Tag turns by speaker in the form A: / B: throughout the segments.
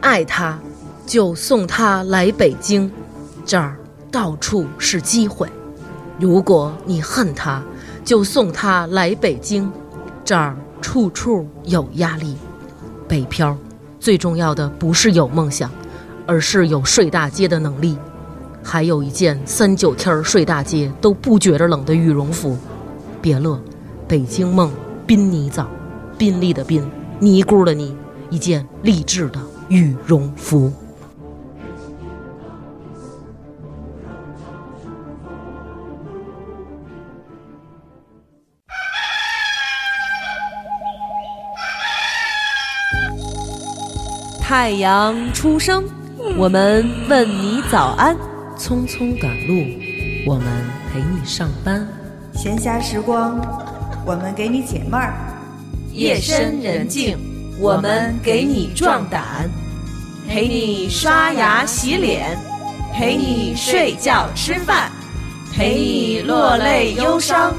A: 爱他，就送他来北京，这儿到处是机会；如果你恨他，就送他来北京，这儿处处有压力。北漂，最重要的不是有梦想，而是有睡大街的能力。还有一件三九天儿睡大街都不觉着冷的羽绒服。别乐，北京梦，宾你早，宾利的宾，尼姑的尼，一件励志的羽绒服。
B: 太阳初升，我们问你早安。
A: 匆匆赶路，我们陪你上班。
C: 闲暇时光，我们给你解闷儿。
B: 夜深人静，我们给你壮胆，陪你刷牙洗脸，陪你睡觉吃饭，陪你落泪忧伤，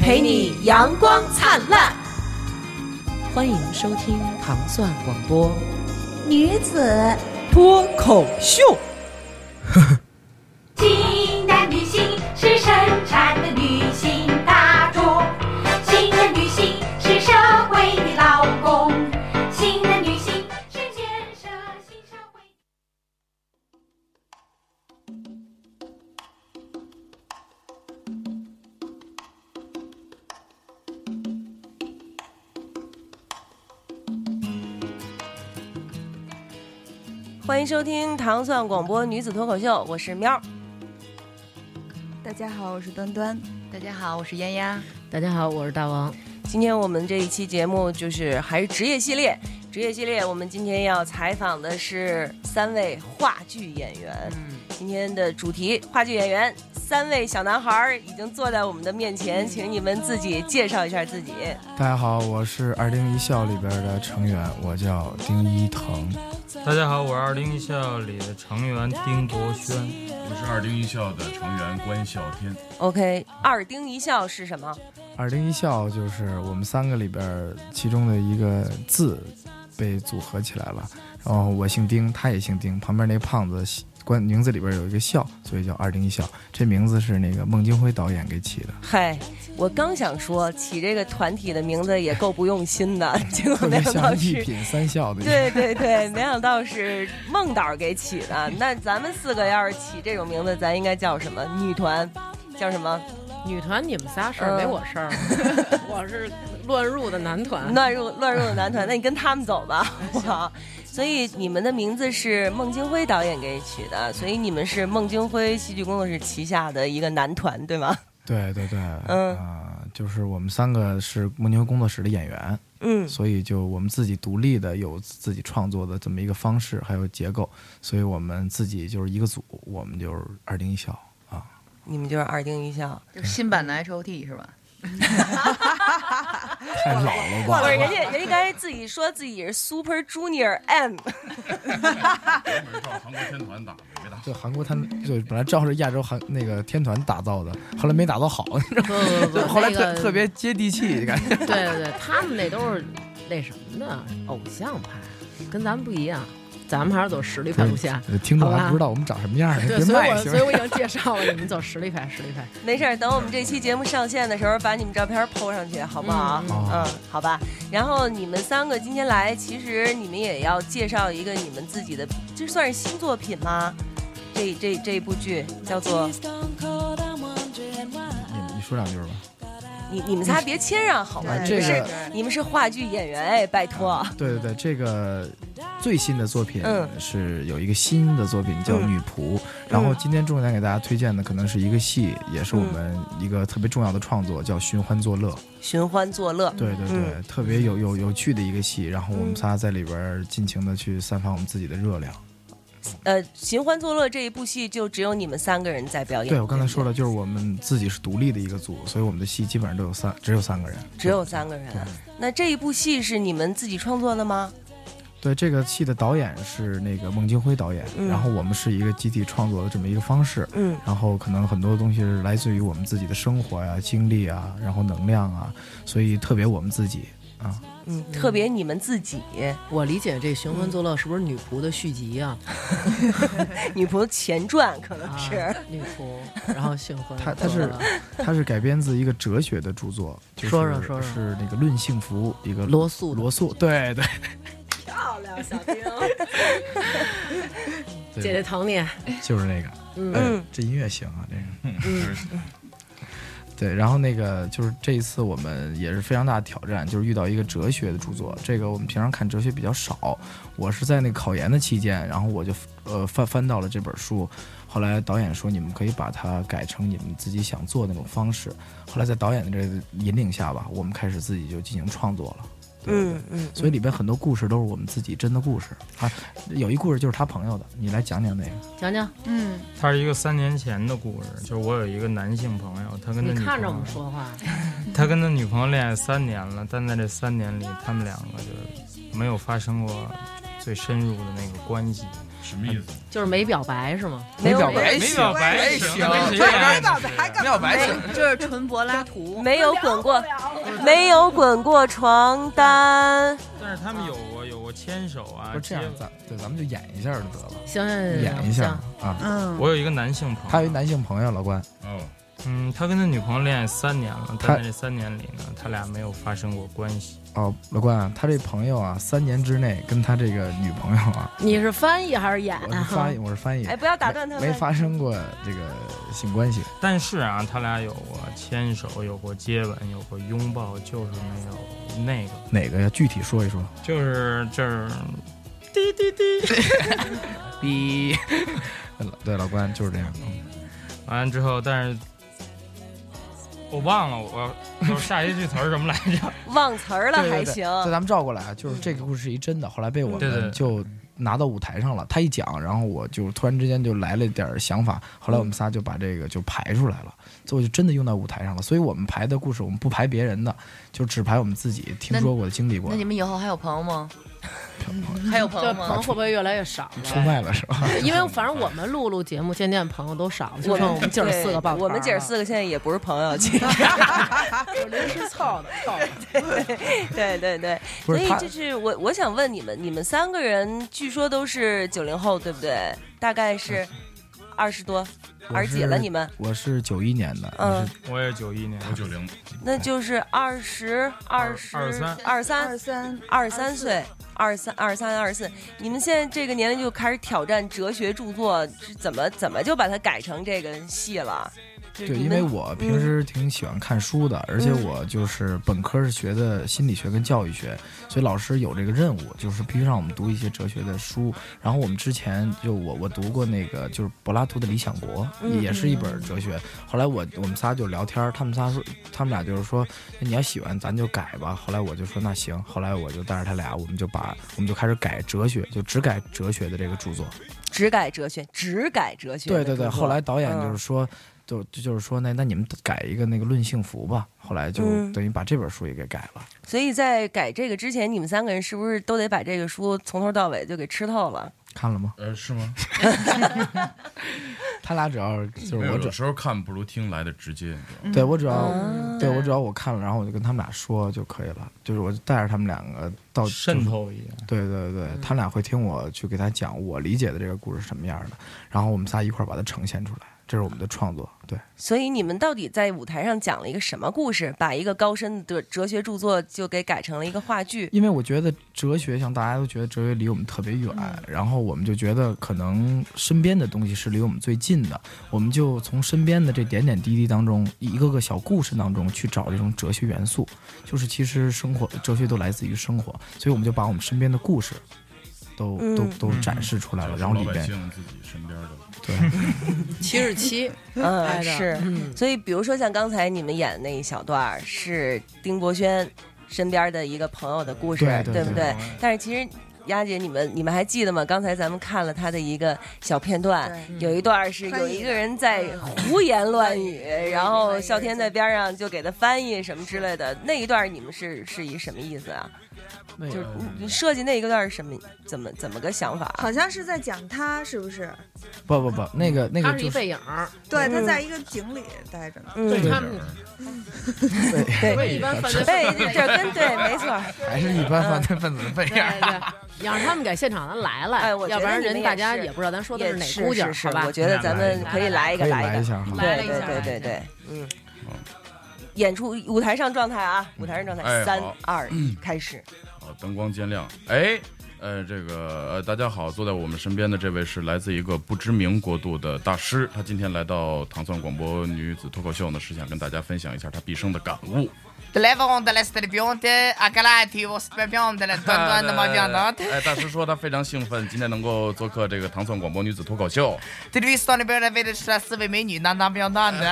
B: 陪你阳光灿烂。
A: 欢迎收听糖蒜广播。
D: 女子
B: 脱口秀，
E: 新的女性是生产的女性大众，新的女性是社会的劳工，新的女性是建设新社会。
B: 欢迎收听糖蒜广播女子脱口秀，我是喵。
C: 大家好，我是端端。
F: 大家好，我是丫丫。
A: 大家好，我是大王。
B: 今天我们这一期节目就是还是职业系列，职业系列我们今天要采访的是三位话剧演员。
F: 嗯，
B: 今天的主题话剧演员，三位小男孩儿已经坐在我们的面前，请你们自己介绍一下自己。
G: 大家好，我是二零一笑里边的成员，我叫丁一腾。
H: 大家好，我是二零一校里的成员丁博轩。
I: 我是二丁一校的成员关笑天，
B: OK，二丁一笑是什么？
G: 二零一笑就是我们三个里边其中的一个字被组合起来了，然后我姓丁，他也姓丁，旁边那胖子关名字里边有一个笑，所以叫二零一笑。这名字是那个孟京辉导演给起的，
B: 嗨，我刚想说起这个团体的名字也够不用心的，结果
G: 特
B: 没
G: 别
B: 想
G: 像
B: 到
G: 一
B: 是。
G: 品三笑 的。
B: 对对对，没想到是孟导给起的。那咱们四个要是起这种名字，咱应该叫什么？女团叫什么？
J: 女团你们仨事儿、
B: 嗯
J: 没我 事儿，我是乱入的男 团。
B: 乱入乱入的男团。那你跟他们走吧， 好不好？所以你们的名字是孟京辉导演给起的，所以你们是孟京辉戏剧工作室旗下的一个男团，对吗？
G: 对对对，
B: 嗯
G: 啊、就是我们三个是孟京辉工作室的演员，
B: 嗯，
G: 所以就我们自己独立的有自己创作的这么一个方式，还有结构，所以我们自己就是一个组，我们就是二零一校啊。
B: 你们就是二丁一笑。
F: 就是新版的 H O T 是吧？
G: 太老了
B: 不是，人
G: 吧？
B: 家人家刚才自己说自己是 Super Junior M，
I: 专门上韩国天团打的，没打。
G: 就韩国他们就本来照着亚洲韩那个天团打造的，后来没打造好，你知道吗
J: 不不不，
G: 就后来
J: 那
G: 特、
J: 个
G: 特别接地气，感觉。
J: 对对对，他们那都是那什么呢？偶像派，跟咱们不一样，咱们还是走实力派路线。
G: 听众
J: 好吧
G: 还不知道我们长什么样呢，
J: 对，
G: 嗯别
J: 所以
G: 卖
J: 我
G: 行
J: 所
G: 吗
J: 以？我已经介绍了，你们走实力派，实 力派。
B: 没事儿，等我们这期节目上线的时候，把你们照片 PO 上去，好不好？
G: 嗯
B: 嗯，好吧。然后你们三个今天来，其实你们也要介绍一个你们自己的，这算是新作品吗？这这这部剧叫做
G: 你你说两句吧。
B: 你你们仨别谦让好吗？
G: 啊
B: 你
G: 这
B: 们是
G: 个
B: 你们是话剧演员哎，拜托。
G: 对对对，这个最新的作品
B: 嗯
G: 是有一个新的作品叫《
B: 嗯
G: 女仆》，然后今天重点给大家推荐的可能是一个戏，也是我
B: 嗯
G: 们一个特别重要的创作，叫《寻欢作乐》。
B: 寻欢作乐，
G: 对对对，
B: 嗯
G: 特别有有有趣的一个戏，然后我
B: 嗯
G: 们仨在里边儿尽情的去散发我们自己的热量。
B: 呃，寻欢作乐这一部戏就只有你们三个人在表演。
G: 对我刚才说
B: 了，
G: 了，就是我们自己是独立的一个组，所以我们的戏基本上都有三，只有三个人。
B: 只有三个人。那这一部戏是你们自己创作的吗？
G: 对这个戏的导演是那个孟京辉导演，
B: 嗯
G: 然后我们是一个集体创作的这么一个方式。
B: 嗯
G: 然后可能很多东西是来自于我们自己的生活呀、经历啊，然后能量啊，所以特别我们自己。啊。
B: 嗯，特别你们自己，
A: 我理解这寻欢作乐是不是女仆的续集啊？
B: 女仆前传可能是、
A: 啊女仆，然后寻欢作乐。
G: 它它是它是改编自一个哲学的著作，就是、
A: 说说说说
G: 是那个《论幸福》一个
A: 罗素的
G: 罗素，对对
B: 漂亮小丁，
G: 对，
A: 姐姐疼你，
G: 就是那个，
A: 嗯
G: 哎，这音乐行啊，这个，
A: 嗯
G: 对，然后那个就是这一次我们也是非常大的挑战，就是遇到一个哲学的著作，这个我们平常看哲学比较少，我是在那个考研的期间，然后我就呃翻翻到了这本书，后来导演说你们可以把它改成你们自己想做的那种方式，后来在导演的这个引领下吧，我们开始自己就进行创作了。对对对
B: 嗯嗯，
G: 所以里边很多故事都是我们自己真的故事啊，有一故事就是他朋友的，你来讲讲那个。
A: 讲讲，
K: 嗯，
I: 它是一个三年前的故事，就是我有一个男性朋友，他跟他
A: 你
I: 女
A: 看
I: 朋
A: 着我们
I: 友，
A: 说话，
I: 他跟他女朋友恋爱三年了，但在这三年里，他们两个就是没有发生过最深入的那个关系。
L: 什么意思？
A: 就是没表白是吗？
B: 没有
C: 表白
B: 没
C: 哎行
I: 表白
C: 没
I: 行，
C: 行
I: 没
C: 没表
I: 白
C: 妙白雪，
M: 就是纯柏拉图，
B: 没有滚过，没有滚过床单。
I: 但是他们有过有过牵手啊，
G: 不是这样
I: 接，
G: 咱对咱们就演一下就得了，
A: 行行
B: 嗯
A: 行
G: 演
A: 行
G: 一下
A: 行，
G: 啊。
M: 嗯，
I: 我有一个男性朋友，
G: 他有一男性朋友，老关，
L: 哦，
I: 嗯，他跟他女朋友恋爱三年了，
G: 他
I: 但在这三年里呢，他俩没有发生过关系。
G: 哦，老关啊，他这朋友啊，三年之内跟他这个女朋友啊，
A: 你是翻译还是演
G: 我是
A: 啊？
G: 翻译，我是翻译
B: 哎，，不要打断他
G: 没
B: 们。
G: 发生过这个性关系，
I: 但是啊，他俩有过牵手，有过接吻，有过拥抱，就是没有那个，
G: 哪个呀？具体说一说。
I: 就是就是滴滴滴。
G: 逼，呃对，老关就是这样。嗯
I: 完了之后，但是我忘了我我下一句词儿什么来着？
B: 忘词儿了
G: 对
B: 还
G: 对对
B: 行，
G: 就咱们照过来啊，就是这个故事是一真的，后来被我
I: 对对
G: 们就拿到舞台上了。他一讲，然后我就突然之间就来了点儿想法，后来我们仨就把这个就排出来了，最后就真的用到舞台上了。所以我们排的故事，我们不排别人的，就只排我们自己听说过的、经历过
K: 那
G: 的
K: 你。们以后还有朋友吗？还有朋
A: 这
K: 友
A: 朋友
K: 吗？
A: 会不会越来越少了？
G: 出卖了是吧？
A: 因为反正我们录录节目，见面朋友都少，就剩我们姐儿四个抱团
B: 对我们姐 儿四个现在也不是朋友， 其实
A: 个临时凑的，凑的。
B: 对对对，
G: 不
B: 所
G: 是
B: 以
G: 他
B: 就是我我想问你们，你们三个人据说都是九零后，对不对？大概是二十多，
G: 嗯我
B: 而
G: 是
B: 姐了你们，
G: 我是九一年的，
B: 嗯
G: 你是
I: 我也是九一年，
L: 我九零，
B: 那就是二十二十
I: 二三
B: 二
N: 二
B: 三
N: 三
B: 二三岁。二三二三二四，你们现在这个年龄就开始挑战哲学著作，是怎么怎么就把它改成这个戏了？就嗯
G: 对，
B: 你
G: 因为
B: 们
G: 我平时挺喜欢看书的，而
B: 嗯
G: 且我就是本科是学的心理学跟教育学，所以老师有这个任务，就是必须让我们读一些哲学的书。然后我们之前就我我读过那个就是柏拉图的《理想国》，
B: 嗯
G: 也是一本哲学。后来我我们仨就聊天儿，他们仨说他们俩就是说你要喜欢咱就改吧。后来我就说那行，后来我就带着他俩，我们就把我们就开始改哲学，就只改哲学的这个著作。
B: 只改哲学，只改哲学
G: 对
B: 的
G: 对
B: 著作。
G: 对，后来导演
B: 嗯
G: 就是说，就就就是说，那那你们改一个那个《论幸福》吧。后来就
B: 嗯
G: 等于把这本书也给改了。
B: 所以在改这个之前，你们三个人是不是都得把这个书从头到尾就给吃透了？
G: 看了吗？
L: 呃，是吗？
G: 他俩只要就是
L: 嗯没有嗯
G: 我只
L: 有时候看不如听来的直接，你知道吗？
G: 对我只要、
B: 嗯
G: 对我只要我看了，然后我就跟他们俩说就可以了。就是我就带着他们两个到
I: 渗。
G: 就是
I: 透一下。
G: 对对
B: 嗯
G: 对，他们俩会听我去给他讲我理解的这个故事是什么样的，然后我们仨一块儿把它呈现出来，这是我们的创作。对，
B: 所以你们到底在舞台上讲了一个什么故事？把一个高深的哲学著作就给改成了一个话剧？
G: 因为我觉得哲学，像大家都觉得哲学离我们特别远，然后我们就觉得可能身边的东西是离我们最近的，我们就从身边的这点点滴滴当中，一个个小故事当中去找这种哲学元素，就是其实生活哲学都来自于生活，所以我们就把我们身边的故事都、都
B: 嗯
G: 都展示出来了，
L: 就是
G: 然后里
L: 老百
G: 边
L: 姓自己身边的，
G: 对，
A: 七十七，
B: 嗯，
A: 哎的
B: 是。
A: 嗯，
B: 所以比如说像刚才你们演的那一小段儿，是丁博轩身边的一个朋友的故事，
G: 对对
B: 不对？但是其实。丫姐，你们你们还记得吗？刚才咱们看了他的一个小片段，
N: 对
B: 有一
G: 嗯
B: 段是有一个人在胡言乱语，然后
A: 嗯
B: 笑天在边上就给他翻译什么之类的。那一段你们是是一什么意思啊？
G: 那
B: 就是
G: 个
B: 你设计那一个段是什么？怎么怎么个想法？啊
C: 好像是在讲他，是不是？
G: 不不不，那个那
C: 他
G: 个
C: 是一
G: 就是
C: 背
A: 影儿，
C: 对，
A: 嗯
C: 他在一个井里待着呢。
G: 对他
A: 们
G: 对
A: 一般犯罪
B: 对
A: 分子
B: 对这跟对没错儿
G: 还是一般犯罪分子的背
A: 对
G: 影儿。
A: 对，你要是他们给现场的来了，
B: 哎我觉
A: 要
B: 得
A: 不然
B: 你们
A: 人
B: 也
A: 大家
B: 是
A: 也不知道咱说的
B: 也
A: 哪
B: 是
A: 姑娘，
B: 是是
A: 好吧？
B: 我觉得咱们可以来一个，
G: 可以
B: 一
G: 来一
B: 个
G: 下哈，
B: 对
A: 来一
B: 对
A: 下
B: 对
A: 来
B: 对
A: 一下
B: 对，嗯。演出舞台上状态啊，舞台上状态，
L: 哎
B: 三
L: 好
B: 二一，开始。
L: 好，呃灯光渐亮。哎，呃，这个呃，大家好，坐在我们身边的这位是来自一个不知名国度的大师，他今天来到糖蒜广播女子脱口秀呢，是想跟大家分享一下他毕生的感悟。
O: Telefonen läste bjonte, akala tivos bjonte, tuan tuan
L: 的
O: ma bjonte.
L: 哎，大师说他非常兴奋，今天能够做客这个糖蒜广播女子脱口秀。
O: Till vi står i början vid det stressa vid menu, nanna bjonte.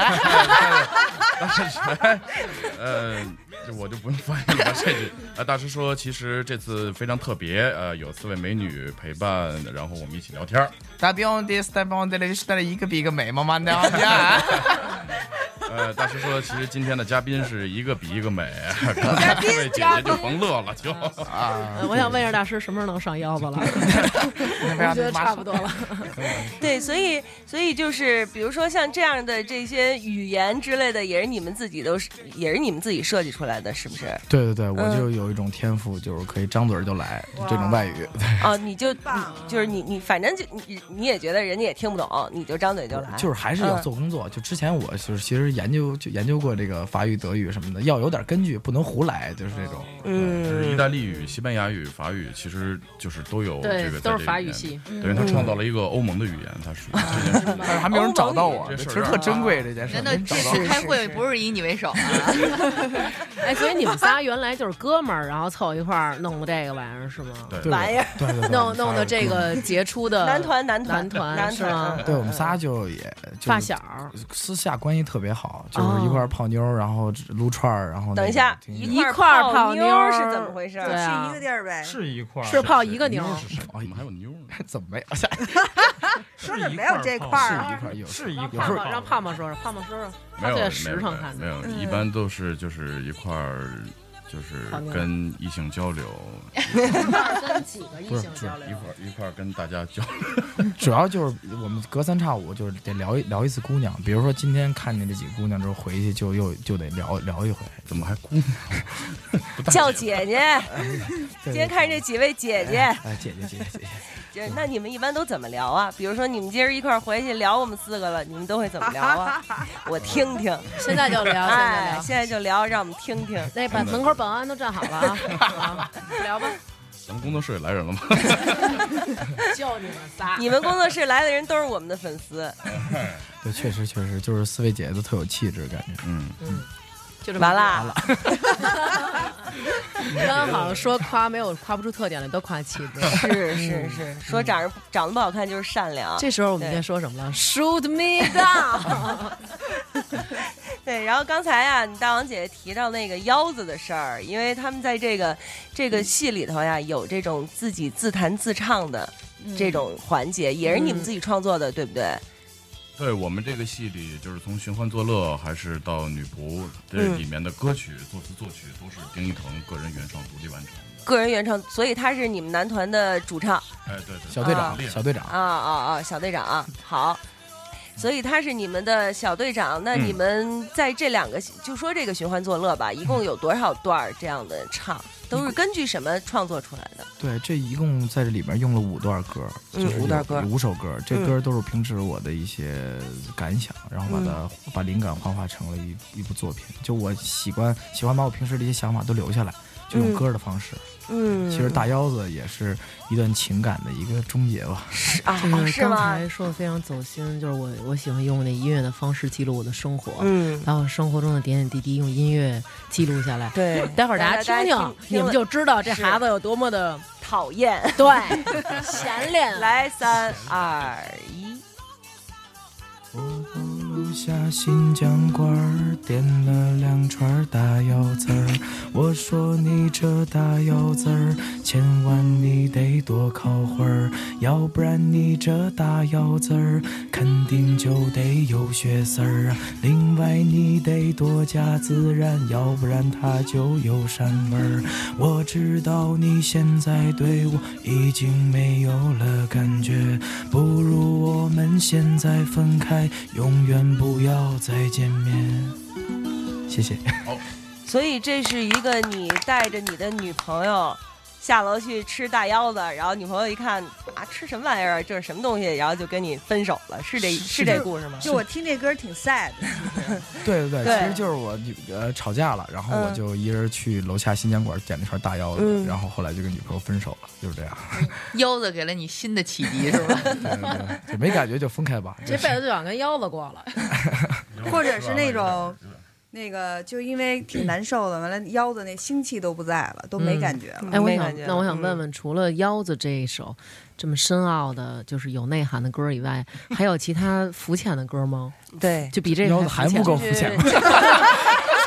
L: 大师说，呃，这我就不用翻译了吧，这句。啊，大师说，其实这次非常特别，呃，有四位美女陪伴，然后我们一起聊天儿。
O: Da bjonte, sta bjonte, det lyssnade i kubiga mig, mamma bjonte.
L: 呃，大师说，其实今天的嘉宾是一个比一个美，呃刚才这位姐姐就甭乐了，就 啊
A: 呃我想问一下大师，什么时候能上腰子 了？我觉
G: 啊
A: 得差不多了。
B: 对，所以所以就是，比如说像这样的这些语言之类的，也是你们自己都是，也是你们自己设计出来的，是不是？
G: 对对对，
B: 嗯
G: 我就有一种天赋，就是可以张嘴儿就来这种外语。
B: 哦，你就你
A: 啊
B: 就是你你反正就你你也觉得人家也听不懂，你就张嘴就来，
G: 就是还是要做
B: 嗯
G: 工作。就之前我就是其实研究就研究过这个法语、德语什么的，要有点根据，不能胡来，就是这种。
B: 哦嗯
L: 意大利语、西班牙语、法语，其实就是都有
A: 对
L: 这个，
A: 都
L: 在
A: 是
L: 这
A: 法
L: 里
A: 语
L: 面
A: 系
L: 等于他创造了一个欧盟的语言，他属于这件事，但
G: 是还没有人找到我，
L: 这
G: 其
L: 事儿
G: 实特珍贵这件事。
L: 人
G: 没人找到我
K: 开会不是以你为首啊？
A: 哎，所以你们仨原来就是哥们儿，然后凑一块儿弄的这个玩意儿是吗？
G: 对 对玩意儿对对对
A: 弄弄的这个杰出的
B: 男团男团
A: 男团
B: 男
A: 是
B: 团
A: 吗？
G: 对我们仨就也就是
A: 发小
G: 私下关系特别好，就是一块儿泡妞，然后撸串儿，然后那
B: 等一
G: 个
B: 下，
G: 挺
B: 一
A: 块儿
B: 儿
A: 泡
B: 妞
A: 妞
B: 儿
A: 儿
B: 是怎么回事？
A: 对啊是一个
C: 地儿呗
I: 是一块儿，
A: 是泡一个妞儿
I: 是是
G: 哎，
L: 还有妞呢？
G: 怎么没 有？下
C: 说怎么没有这块儿啊？
G: 块儿有
I: 是一
A: 让
L: 有
A: 胖
L: 时候
A: 胖让胖胖说说，胖胖说 说，
L: 没
A: 他
L: 有
A: 最
L: 没
A: 实
L: 有
A: 诚看
L: 没
A: 的。
L: 有，一般都是就是一块儿，就是
A: 好妞
L: 跟异性交流，
A: 跟几个
L: 不是不是一块儿一块儿跟大家交流。
G: 主要就是我们隔三差五就是得聊一聊一次姑娘，比如说今天看见这几个姑娘之后，回去就又就得聊聊一回。
L: 怎么还姑娘？
B: 叫 姐姐，今天看这几位姐姐，
G: 哎，姐姐姐姐姐 姐，
B: 姐那你们一般都怎么聊啊？比如说你们今儿一块儿回去聊我们四个了，你们都会怎么聊 啊？我听听，
A: 现在就聊
B: 哎，
A: 现
B: 现在就聊，让我们听听。
A: 那把门口保安都站好了啊，啊聊 吧，
L: 咱们工作室也来人了吗？
A: 就你们仨，
B: 你们工作室来的人都是我们的粉丝，
G: 对，确实确实就是四位姐姐都特有气质，感觉。
L: 嗯
G: 嗯，
A: 就这么
B: 完啦。
A: 刚好说夸没有夸不出特点来，都夸气质。
B: 是是是，说长得长得不好看就是善良。
A: 这时候我们
B: 对
A: 该说什么了？Shoot me down。
B: 对，然后刚才啊，你大王姐姐提到那个腰子的事儿，因为他们在这个这个戏里头呀，有这种自己自弹自唱的
A: 嗯
B: 这种环节，也是你们自己创作的，对不对？
L: 对我们这个戏里，就是从寻欢作乐还是到女仆，这
B: 嗯
L: 里面的歌曲、作词作曲都是丁一腾个人原创独立完成。
B: 个人原创，所以他是你们男团的主唱
L: 哎，对对，
G: 小队长
B: 啊
G: 小队长
B: 啊啊啊，小队长好。所以他是你们的小队长，那
L: 嗯
B: 你们在这两个、就说这个寻欢作乐吧，一共有多少段儿这样的唱？都是根据什么创作出来的？
G: 对，这一共在这里边用了五段歌，
B: 嗯
G: 就是有
B: 五段歌
G: 五首歌，这
B: 嗯
G: 歌都是平时我的一些感想，然后把它、
B: 嗯
G: 把灵感幻化成了一一部作品。就我喜欢喜欢把我平时的一些想法都留下来，就用
B: 嗯
G: 歌的方式。
B: 嗯
G: 其实大腰子也是一段情感的一个终结吧。
B: 啊
A: 这个
B: 是
A: 刚
B: 吗
A: 才说的非常走心，就是我我喜欢用那音乐的方式记录我的生活，
B: 嗯
A: 把我生活中的点点滴滴用音乐记录下来。
B: 对
A: 待会儿大
B: 让
A: 家
B: 大家
A: 听
B: 听听
A: 你们
B: 了
A: 就知道这
B: 是
A: 孩子有多么 的
B: 讨厌，
A: 对 闲练。
B: 来，三二一。
G: 我
P: 楼下新疆馆儿点了两串大腰子儿，我说你这大腰子儿，千万你得多烤会儿，要不然你这大腰子儿肯定就得有血丝儿啊。另外你得多加孜然，要不然它就有膻味儿。我知道你现在对我已经没有了感觉，不如我们现在分开，永远不要再见面。谢谢。
B: 所以这是一个你带着你的女朋友下楼去吃大腰子，然后女朋友一看啊，吃什么玩意儿，这是什么东西，然后就跟你分手了，是这是这故事吗？
C: 就我听这歌挺 sad 的。
G: 对对对，
C: 对
G: 其实就是我呃吵架了，然后
C: 嗯
G: 我就一人去楼下新疆馆点了一串大腰子，
K: 嗯
G: 然后后来就跟女朋友分手了，就是这样，
K: 腰子给了你新的启迪，是吧？
B: 嗯
G: 就没感觉就分开吧。
A: 这辈子就想跟腰子过 了，
C: 或者是那种，那个就因为挺难受的，完了腰子那腥气都不在了，都没感觉了。
A: 哎，我想，那我
B: 嗯
A: 想问问，除了《腰子》这一首这么深奥的，就是有内涵的歌以外，还有其他肤浅的歌吗？
B: 对，
A: 就比这个
G: 腰子还不够肤浅吗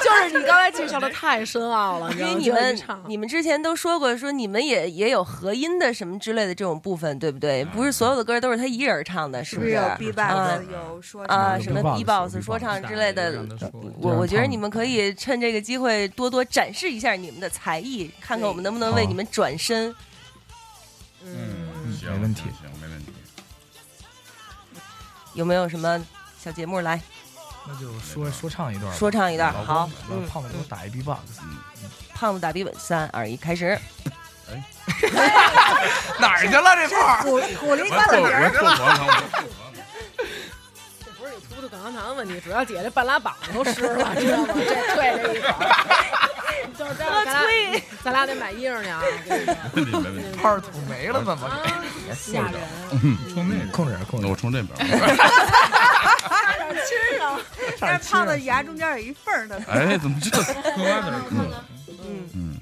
A: 就是你刚才介绍的太深奥了，
B: 因
A: 然
B: 为
A: 后
B: 你
A: 就
B: 们
A: 一唱
B: 你们之前都说过，说你们也也有合音的什么之类的这种部分，对不对？不是所有的歌都是他一人唱的，
C: 是
B: 不
C: 不是
B: 是？
C: 有 B-box，
B: 啊
C: 有说唱
B: 啊
C: 有
B: 什么
C: B-box，
B: B-box
C: 有
B: 说
C: B-box
B: 唱之类的
C: 有。
B: 我我觉得你
C: 们
B: 们可以趁这个机会多多展示一下你们的才艺，看看我们能不能为你们转身。
L: 嗯，行，没问题，行，没问题。
B: 有没有什么小节目来？
G: 那就说说唱一段吧，
B: 说唱一段
G: 老
B: 好
G: 老
B: 嗯
G: 胖子给我打一 B box，
L: 嗯
B: 胖子打比稳，三二一，开始。
O: 哪儿去了这炮儿？
C: 鼓鼓
A: 励
O: 我
A: 范
O: 吐
A: 伟
O: 我吐我吐我吐
A: 这不是你突突口香糖的问题，主要姐这半拉膀子都湿了，知道吗？这退这一口，就是这样，咱俩咱俩得买衣裳去啊！我跟你说
G: 泡儿吐没了怎么
B: 嗯
G: 给？
A: 吓人
G: 冲那嗯控制点，控制，
L: 我冲这边。
C: 差点亲上，但是胖子牙中间有一缝儿的。
L: 哎，怎么这？嗯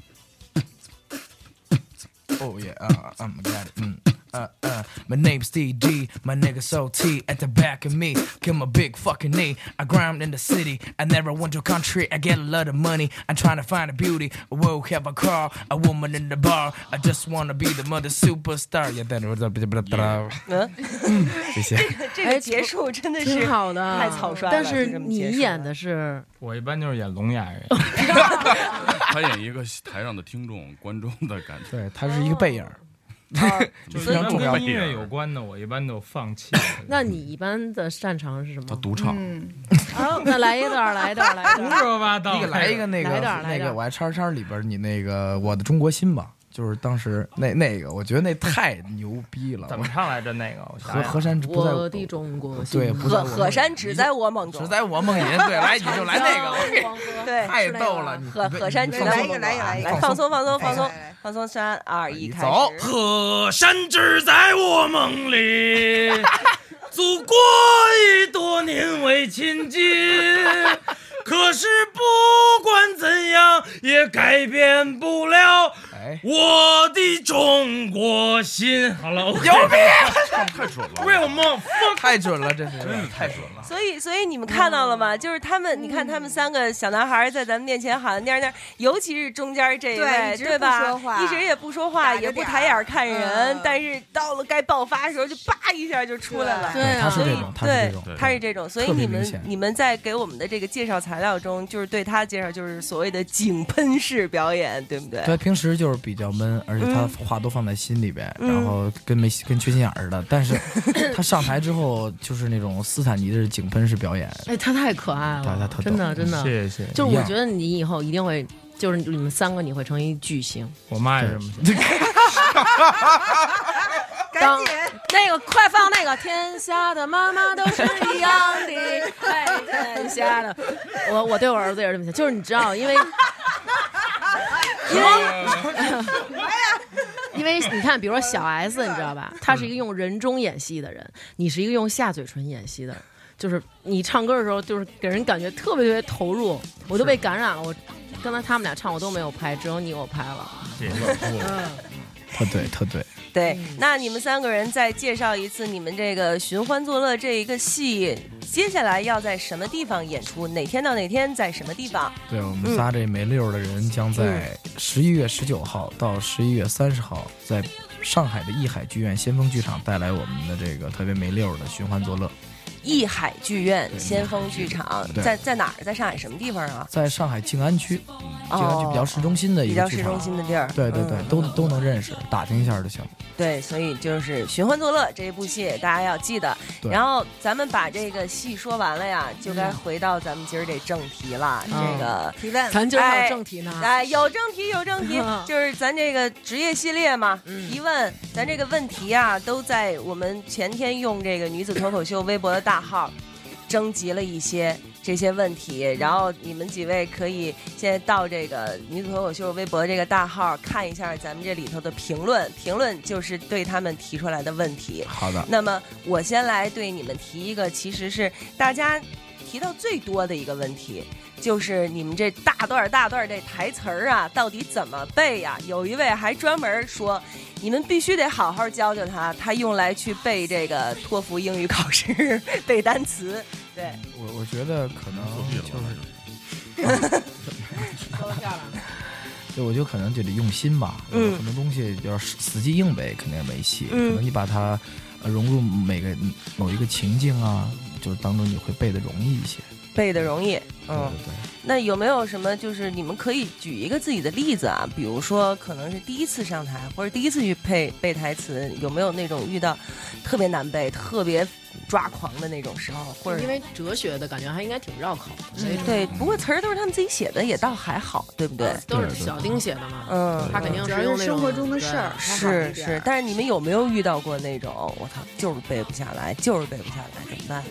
P: 哦 yeah, uh, I'm a got it. Mm. Uh, uh, my name's DG, my nigga so T at the back of me. Kill my big fucking knee. I grind in the city. I never went to country. I get a lot of money. I'm trying to find a beauty. I will have a car, a woman in the bar. I just wanna be the mother superstar. Yeah, then
B: 嗯，
P: 谢谢。
B: 这个结束真的是
A: 挺好的，
B: 太草率了。
A: 但
B: 就这
A: 是
B: 么
A: 你
B: 结束
A: 演的是
I: 我一般就是演聋哑 人，
L: 他演一个台上的听众、观众的感觉。
G: 对，他是一个背影儿，
I: 就是
G: 非常重要
I: 跟音乐有关的，我一般都放 弃。
A: 那你一般的擅长是什么？他
L: 独唱。
P: Mm.
A: 好，那来一段，来一段，来一段。
I: 胡说八道
G: 你给来一个那个
A: 来一段，来
G: 那
A: 一
G: 个
A: 段。
G: 我爱叉叉里边儿你那个我的中国心吧，就是当时那那个，我觉得那太牛逼了。
I: 怎么唱来着？那个我想
P: 哎
G: 河
I: 想
G: 河山之不在
A: 我的中国心，
G: 对不在
B: 河
G: 我们
B: 河山只在我梦中，只
P: 在我梦里。对，来你就来那个，
B: 对，
P: 太逗了你
B: 河
P: 你
B: 河山
P: 你
B: 只
P: 放
B: 在
P: 松
B: 我梦中，
P: 来一个来一个
B: 来放松放松放
C: 哎
B: 松
P: 来
B: 放松，三二一，开始。
P: 走。
J: 河山只在我梦 里，祖国已多年未亲近。可是不管怎样，也改变不了
P: 哎
J: 我的中国心。好 了，牛
P: 逼！
L: 太准了
J: ，Real m
P: 太准了，这是太准了。
B: 所以，所以你们看到了
C: 嗯
B: 吗？就是他们，你看他们三个小男孩在咱们面前喊那样那样，尤其是中间这一
C: 对
B: 位
C: 一，直
B: 对
C: 不说
B: 吧
C: 话？
B: 一直也不说话，也不抬眼看人，
C: 嗯
B: 但是到了该爆发的时候，就叭一下就出来了。
G: 对对啊他是这种
B: 所
G: 他
B: 以对
G: 是这种
B: 他是这种。所以
G: 特别
B: 你
G: 明
B: 们
G: 显
B: 你们在给我们的这个介绍材料中，就是对他介绍就是所谓的井喷式表演，对不对？
G: 他平时就是比较闷，而且他
B: 嗯
G: 话都放在心里边，
B: 嗯
G: 然后跟没跟缺心眼儿似的。但是他上台之后就是那种斯坦尼的井喷式表演，
A: 哎，他太可爱
G: 他他
A: 了
G: 他，
A: 真的真
P: 嗯
A: 的。
G: 谢谢谢
A: 就是我觉得你以后一定会，就是你们三个你会成一巨星。
I: 我妈也这么
A: 赶紧，那个快放那个，天下的妈妈都是一样的，快天下的。我我对我儿子也是这么想，就是你知道，因为因为 因为你看，比如说小 S，你知道吧？他是一个用人中演戏的人，你是一个用下嘴唇演戏的人，就是你唱歌的时候，就是给人感觉特别特别投入，我都被感染了。我 刚才他们俩唱，我都没有拍，只有你我拍了。
G: 特对特对，
B: 对，
C: 嗯
B: 那你们三个人再介绍一次你们这个寻欢作乐这一个戏，接下来要在什么地方演出？哪天到哪天在什么地方？
G: 对我
B: 嗯
G: 们仨这没溜儿的人将在十一月十九号到十一月三十号，在上海的艺海剧院先锋剧场带来我们的这个特别没溜儿的寻欢作乐。
B: 艺海剧院、先锋剧场，
G: 对
B: 在在哪儿？在上海什么地方啊？
G: 在上海静安区，静安区比较市中心的一
B: 哦比
G: 个
B: 较
G: 剧
B: 市
G: 场
B: 中心的地儿。
G: 对对
B: 嗯
G: 对，都都能认识，打听一下就行。
B: 对，所以就是《寻欢作乐》这一部戏，大家要记得。
G: 对
B: 然后咱们把这个戏说完了呀，就该回到咱们今儿这正题了。
A: 嗯
B: 这个
A: 提问咱今儿还有正题呢
B: 哎，哎有正题，有正题，
A: 嗯
B: 就是咱这个职业系列嘛。提问，咱这个问题啊，都在我们前天用这个女子脱口秀微博的大号征集了一些。这些问题，然后你们几位可以现在到这个女子脱口秀微博这个大号看一下咱们这里头的评论，评论就是对他们提出来的问题。
G: 好的
B: 那么我先来对你们提一个，其实是大家提到最多的一个问题，就是你们这大段儿大段儿这台词儿啊，到底怎么背呀、有一位还专门说，你们必须得好好教教他，他用来去背这个托福英语考试 背单词。对，
G: 我我觉得可能就是，对，我就可能就得用心吧。
B: 嗯
G: 有很多东西要是死记硬背肯定没戏，
B: 嗯
G: 可能你把它呃融入每个某一个情境啊，就是当中你会背的容易一些。
B: 背的容易。嗯，
G: 对对
B: 那有没有什么就是你们可以举一个自己的例子啊？比如说，可能是第一次上台，或者第一次去背背台词，有没有那种遇到特别难背、特别抓狂的那种时候？或者
A: 因为哲学的感觉还应该挺绕口的，所以
B: 哎对，不过词儿都是他们自己写的，也倒还好，对不对？
A: 都是小丁写的嘛，
B: 嗯，
A: 他肯定
C: 主要是
A: 用那种
C: 生活中的事儿
A: 对
C: 还好
B: 是
C: 一点儿
B: 是，但是你们有没有遇到过那种我操，就是背不下来，就是背不下来，怎么办？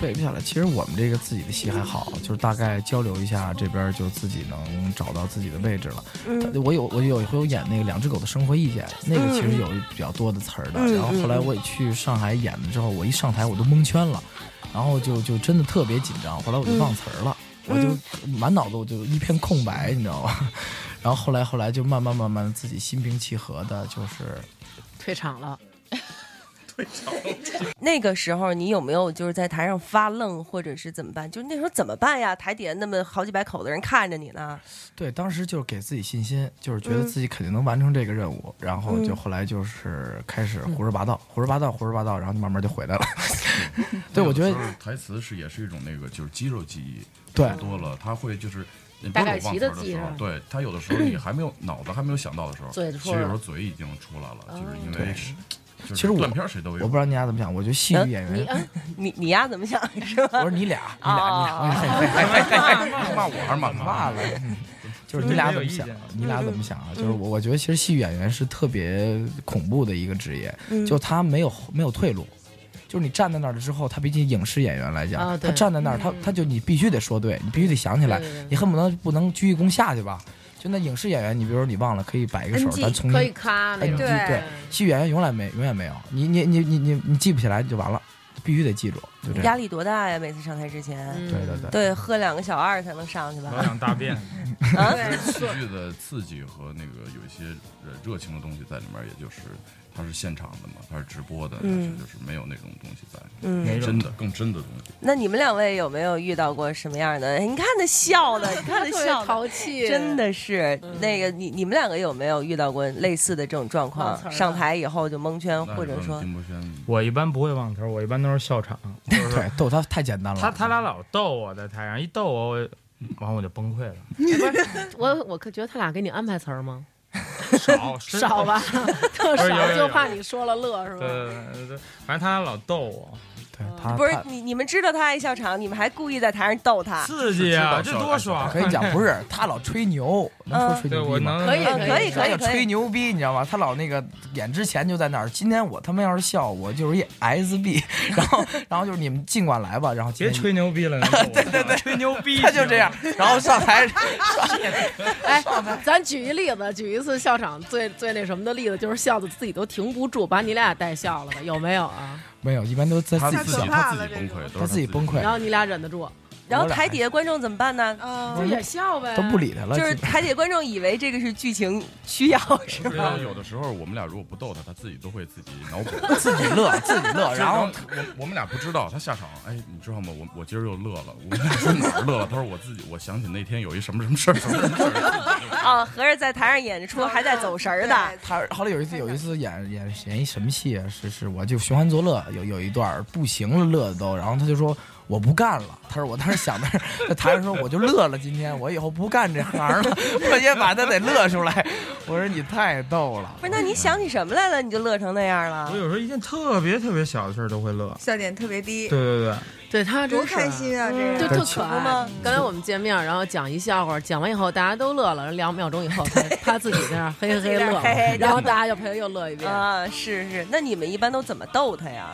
G: 对，背不下来。其实我们这个自己的戏还好，就是大概交流一下，这边就自己能找到自己的位置了。
B: 嗯
G: 我有我有一回我演那个《两只狗的生活意见》，那个其实有比较多的词儿的。
B: 嗯
G: 然后后来我也去上海演了之后，我一上台我都蒙圈了，然后就就真的特别紧张，后来我就忘词儿了，
B: 嗯
G: 我就满脑子我就一片空白，你知道吗？ 然后后来后来就慢慢慢慢自己心平气和的，就是
A: 退场了。
B: 那个时候你有没有就是在台上发愣，或者是怎么办？就是那时候怎么办呀？台底下那么好几百口子人看着你呢。
G: 对，当时就是给自己信心，就是觉得自己肯定能完成这个任务，然后就
B: 嗯
G: 后来就是开始胡说八道，胡说八道，胡说八道，然后就慢慢就回来了。 对，我觉得
L: 有的嗯时候台词是也是一种那个就是肌肉记忆，
G: 对
L: 说多了他会就是。你
A: 大
L: 不是
A: 概
L: 忘
A: 齐
L: 词
A: 的
L: 儿的
A: 记
L: 时
A: 上
L: 候，对他有的时候你还没有脑子还没有想到的时候，
A: 嘴
L: 其
A: 出来
L: 实有时
A: 了
L: 候嘴已经出来了，就是因
G: 对
L: 为是就是
G: 其实我
L: 断片儿谁都有。
G: 我不知道你俩怎么想，我觉得戏剧演员，
B: 嗯你你丫怎么想是吧？
G: 我说你俩，你
B: 哦
G: 俩，你俩，
L: 骂我还是骂他
G: 骂 了，就是你俩怎么想
L: 没有意见？
G: 你
A: 嗯
G: 俩怎么想啊？就是我，我觉得其实戏剧演员是特别恐怖的一个职业，
B: 嗯
G: 就他没有没有退路。就是你站在那儿了之后，他比起影视演员来
A: 啊
G: 讲，
A: 对
G: 他站在那儿，他他就你必须得说对，你必须得想起来
A: 对对对，
G: 你恨不能不能鞠一躬下去吧？就那影视演员，你比如说你忘了，可以摆一个手，咱重
A: 可以
G: 新
A: 咔那
G: 哎，你
A: 种，
G: 记对，戏剧演员永远没永远没有，你你你你你你记不起来你就完了，必须得记住，就这
B: 压
G: 样。
B: 力多大呀？每次上台之前，
A: 嗯
I: 嗯
G: 对对对
B: 对，喝两个小二才能上去吧？
G: 老想大便
B: 啊，
L: 戏剧的刺激和那个有一些呃热情的东西在里面，也就是它是现场的嘛，它是直播的，
B: 嗯
L: 但是就是没有那种东西在，
B: 嗯没种
L: 真的更真的东西。
B: 那你们两位有没有遇到过什么样的？哎你看他笑 的，你看他笑的，
A: 淘气
B: 真的是
I: 嗯
B: 那个你你们两个有没有遇到过类似的这种状
I: 嗯
A: 忘词儿
B: 况？
A: 了
B: 上台以后就蒙圈，或者说
I: 我一般不会忘词儿，我一般都是笑场。
G: 对，逗他太简单了。
I: 他他俩老逗我在台上，一逗我，我完我就崩溃了。
A: 我我可觉得他俩给你安排词儿吗？
I: 少
A: 少吧，特
G: 哦
I: 有有
A: 少，
I: 有
A: 就怕你说了乐是
I: 对
A: 吧？
I: 对对对，反正他俩老逗我，
G: 对他
B: 不是你你们知道他爱笑场，你们还故意在台上逗他，
I: 刺激啊，这多爽！
G: 可以讲不是他老吹牛，能说吹牛逼吗？
I: 对我能嗯可以可以可以
G: 他老
I: 可以
G: 吹牛逼，你知道吗？他老那个演之前就在那儿，今天我他妈要是笑，我就是一 SB，然后然后就是你们尽管来吧，然后别吹
I: 牛逼了，
G: 对对对，
I: 吹牛 逼，
G: 他就这样，然后上台，
A: 哎，咱举一例子，举一次笑场最最那什么的例子，就是笑的自己都停不住，把你俩带笑了吧？有没有啊？
G: 没有，一般都在
L: 他
G: 自己
L: 自己
G: 想，
L: 他自己崩溃，都是
G: 他自己崩溃
A: 然后你俩忍得住，
B: 然后台底下观众怎么办呢？
C: 嗯
A: 就也笑呗，
G: 都不理他了
B: 就是台底下观众以为这个是剧情需要，是
L: 因
B: 吧，
L: 为？有的时候我们俩如果不逗他，他自己都会自己脑补
B: 自己乐自己乐
L: 就
B: 然后
L: 我我们俩不知道，他下场，哎，你知道吗？我我今儿又乐了，我说哪儿乐了？他说我自己，我想起那天有一什么什么事儿，什么什么事儿。
B: 啊，合着在台上演出还在走神儿的，
G: 他后来有一次有一次演演演一什么戏啊？是是我就寻欢作乐，有有一段儿不行了，乐的都，然后他就说我不干了。他说我当时想的是在台上说我就乐了，今天我以后不干这行了，我也把他得乐出来。我说你太逗了，
B: 不是？那你想起什么来了？你就乐成那样了
I: 我？有时候一件特别特别小的事儿都会乐。
C: 笑点特别低
I: 对。对对，
A: 对他真
C: 多
A: 是
C: 开心啊！这
A: 嗯
C: 个
A: 就特可
C: 不
A: 爱
C: 吗。
A: 刚才我们见面，然后讲一笑话，讲完以后大家都乐了，两秒钟以后他他自己在那儿嘿嘿嘿 乐，
B: 嘿嘿
A: 然后大家就陪他又乐一遍。
B: 啊，是是。那你们一般都怎么逗他呀？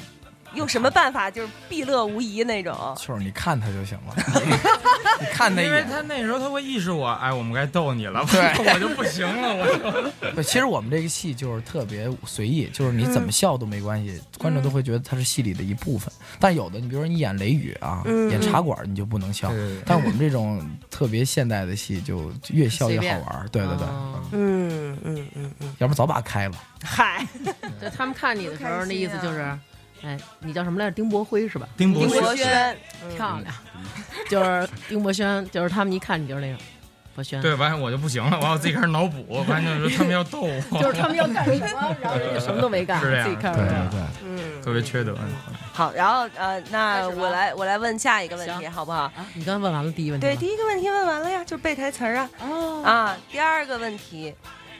B: 用什么办法就是必乐无疑那种？
G: 就是你看他就行了， 你看他一
I: 因为
G: 眼。
I: 他那时候他会意识我，哎，我们该逗你了，
G: 对
I: 我就不行了，我就。
G: 对，其实我们这个戏就是特别随意，就是你怎么笑都没关系，观众都会觉得它是戏里的一部分。但有的，你比如说你演《雷雨》啊，
P: 嗯
G: 演茶馆，你就不能笑。
P: 对
G: 但我们这种特别现代的戏，就越笑
A: 随
G: 越好
A: 便哦
G: 玩。对对对，
B: 嗯嗯嗯嗯，
G: 要不早把开了。
B: 嗨，
A: 对他们看你的时候，那意思就是，哎，你叫什么来着？丁博辉是吧？
I: 丁博
B: 丁博轩，
A: 漂亮，就是丁博轩，就是他们一看你就是那种博轩，
I: 对，完了我就不行了，完了我自己开始脑补，完了就是他们要逗我，
A: 就是他们要干什么，然后人家什么都没干，
I: 是这样
A: 自己看着干。
I: 对，
B: 嗯，
I: 特别缺德。
B: 好，然后呃，那我来我来问下一个问题，好不好？
A: 你刚问完了第一问题
B: 对，
A: 吗，
B: 第一个问题问完了呀，就是背台词儿啊。
A: 哦
B: 啊，第二个问题，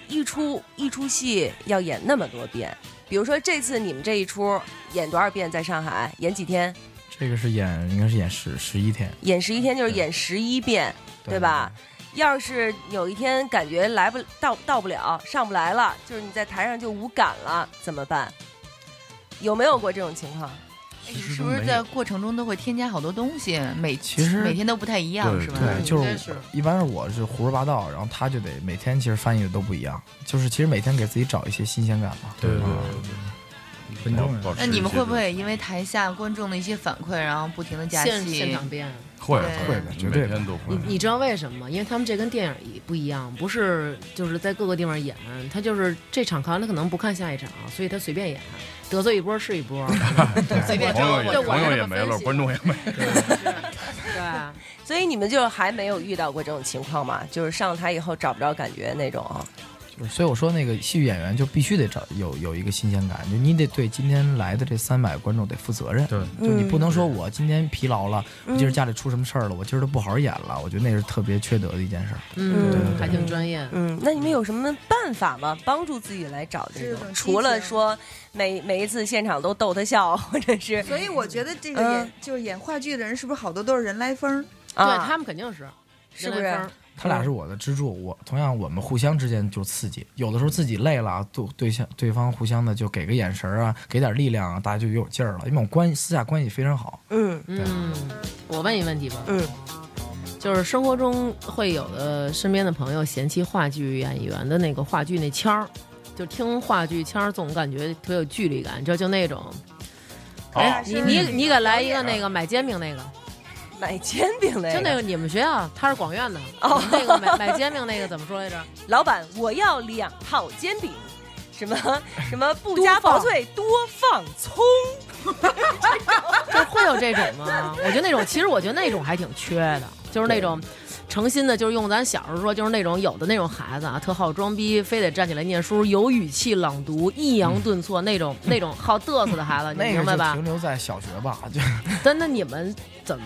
B: 一出一出戏要演那么多遍，比如说这次你们这一出演多少遍？在上海演几天？
G: 这个是演，应该是演十十一天。
B: 演十一天就是演十一遍，对吧？要是有一天感觉来不到到不了，上不来了，就是你在台上就无感了，怎么办？有没有过这种情况？
A: 哎
K: 你是不是在过程中都会添加好多东西？每
G: 其实
K: 每天都不太一样，是吧？
A: 嗯
G: 对，就是我一般是我是胡说八道，然后他就得每天其实翻译的都不一样，就是其实每天给自己找一些新鲜感嘛。嗯
L: 对对
G: 吧
L: 对
G: 很重要
L: 保持
K: 那你们
L: 一些
K: 会不会因为台下观众的一些反馈，然后不停的加
A: 现
K: 戏？
A: 现场变
L: 会
K: 对
L: 会
G: 绝对
L: 每天都会
A: 你。你知道为什么吗？因为他们这跟电影一不一样，不是就是在各个地方演，他就是这场看完，他可能不看下一场，所以他随便演，得罪一波是一 波，随便
L: 朋友
A: 对
L: 也
A: 我
L: 朋
A: 是
L: 友
A: 这
L: 也
A: 么
L: 没
A: 分
L: 了，
A: 析
L: 观众也没
A: 对，
B: 所以你们就是还没有遇到过这种情况吗？就是上台以后找不着感觉那种。啊
G: 就是所以我说那个戏剧演员就必须得找有有一个新鲜感，就你得对今天来的这三百观众得负责任，对，就你不能说我今天疲劳了，我今儿家里出什么事儿了，我今儿都不好好演了，我觉得那是特别缺德的一件事儿。对对
A: 嗯，
G: 对
A: 还挺专业，
B: 嗯，那你们有什么办法吗？帮助自己来找这种？除了说每每一次现场都逗他笑，或 者是
C: 所以我觉得这个演就是演话剧的人，是不是好多都是人来疯儿？
B: 啊
A: 对他们肯定是，
B: 是不是
A: 人来疯儿
G: 他俩是我的支柱，我同样我们互相之间就刺激，有的时候自己累了，对对象对方互相的就给个眼神儿啊，给点力量啊，大家就有劲儿了，因为我们关系私下关系非常好。
B: 嗯
A: 嗯，我问一问题吧，
B: 嗯，
A: 就是生活中会有的身边的朋友嫌弃话剧演员的那个话剧那腔儿，就听话剧腔儿总感觉特有距离感，这就那种。哎，你你你给来一个那个买煎饼那个，
B: 买煎饼那个，
A: 就那个你们学校他是广院的，哦，那个买买煎饼那个怎么说来着？
B: 老板，我要两套煎饼，什么什么不加薄脆，多放葱。
A: 就是会有这种吗？我觉得那种，其实我觉得那种还挺缺的，就是那种诚心的，就是用咱小时候说，就是那种有的那种孩子啊，特好装逼，非得站起来念书，有语气朗读，抑扬顿挫那种，那种好嘚瑟的 孩子，你
G: 那
A: 明
G: 个
A: 白
G: 就
A: 吧
G: 停？留在小学吧，就
A: 但那你们怎么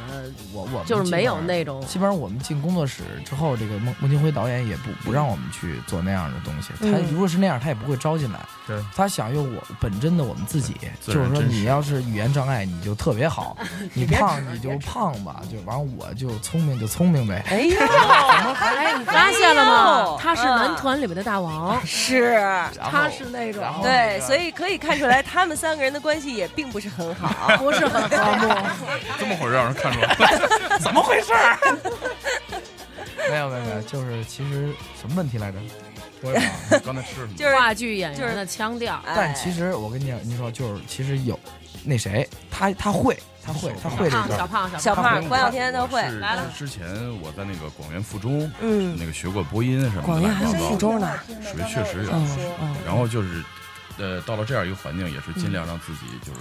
G: 我我们
A: 就是没有那
G: 基本
A: 种
G: 上基本上我们进工作室之后，这个孟孟京辉导演也不不让我们去做那样的东西。他
P: 嗯
G: 如果是那样，他也不会招进来。
I: 对，
G: 他想用我本真的我们自己，
P: 自
G: 就是
P: 然
G: 说
P: 真
G: 你
P: 实，
G: 要是语言障碍，你就特别好你
P: 别
G: 胖
P: 扯
G: 你就胖吧，就完了我就聪明就聪明呗。
B: 哎呦，
A: 哎，你发现了
B: 哎呦
A: 吗？他是男团里面的大王，
B: 是，
G: 哦
A: 他是那种
B: 对，所以可以看出来，他们三个人的关系也并不是很 好，
A: 不是很和睦。
L: 这么会儿让人看出来，
G: 怎么回事儿？没有没有没有，就是其实什么问题来着？我也忘 了。
L: 刚才吃什么？
A: 话剧演员的腔调，
B: 哎
G: 但其实我跟你讲，你说就是其实有那谁，他他会，他会，他会这个。
A: 啊小胖小
B: 小
A: 胖
B: 胖，关晓天都会
L: 是
B: 来了。
L: 之前我在那个广元附中，
B: 嗯
L: 那个学过播音什么的，
B: 广元还有
L: 乱七八糟
B: 附中呢
L: 属于确实有
B: 嗯嗯。
L: 然后就是，呃，到了这样一个环境，也是尽量让自己就是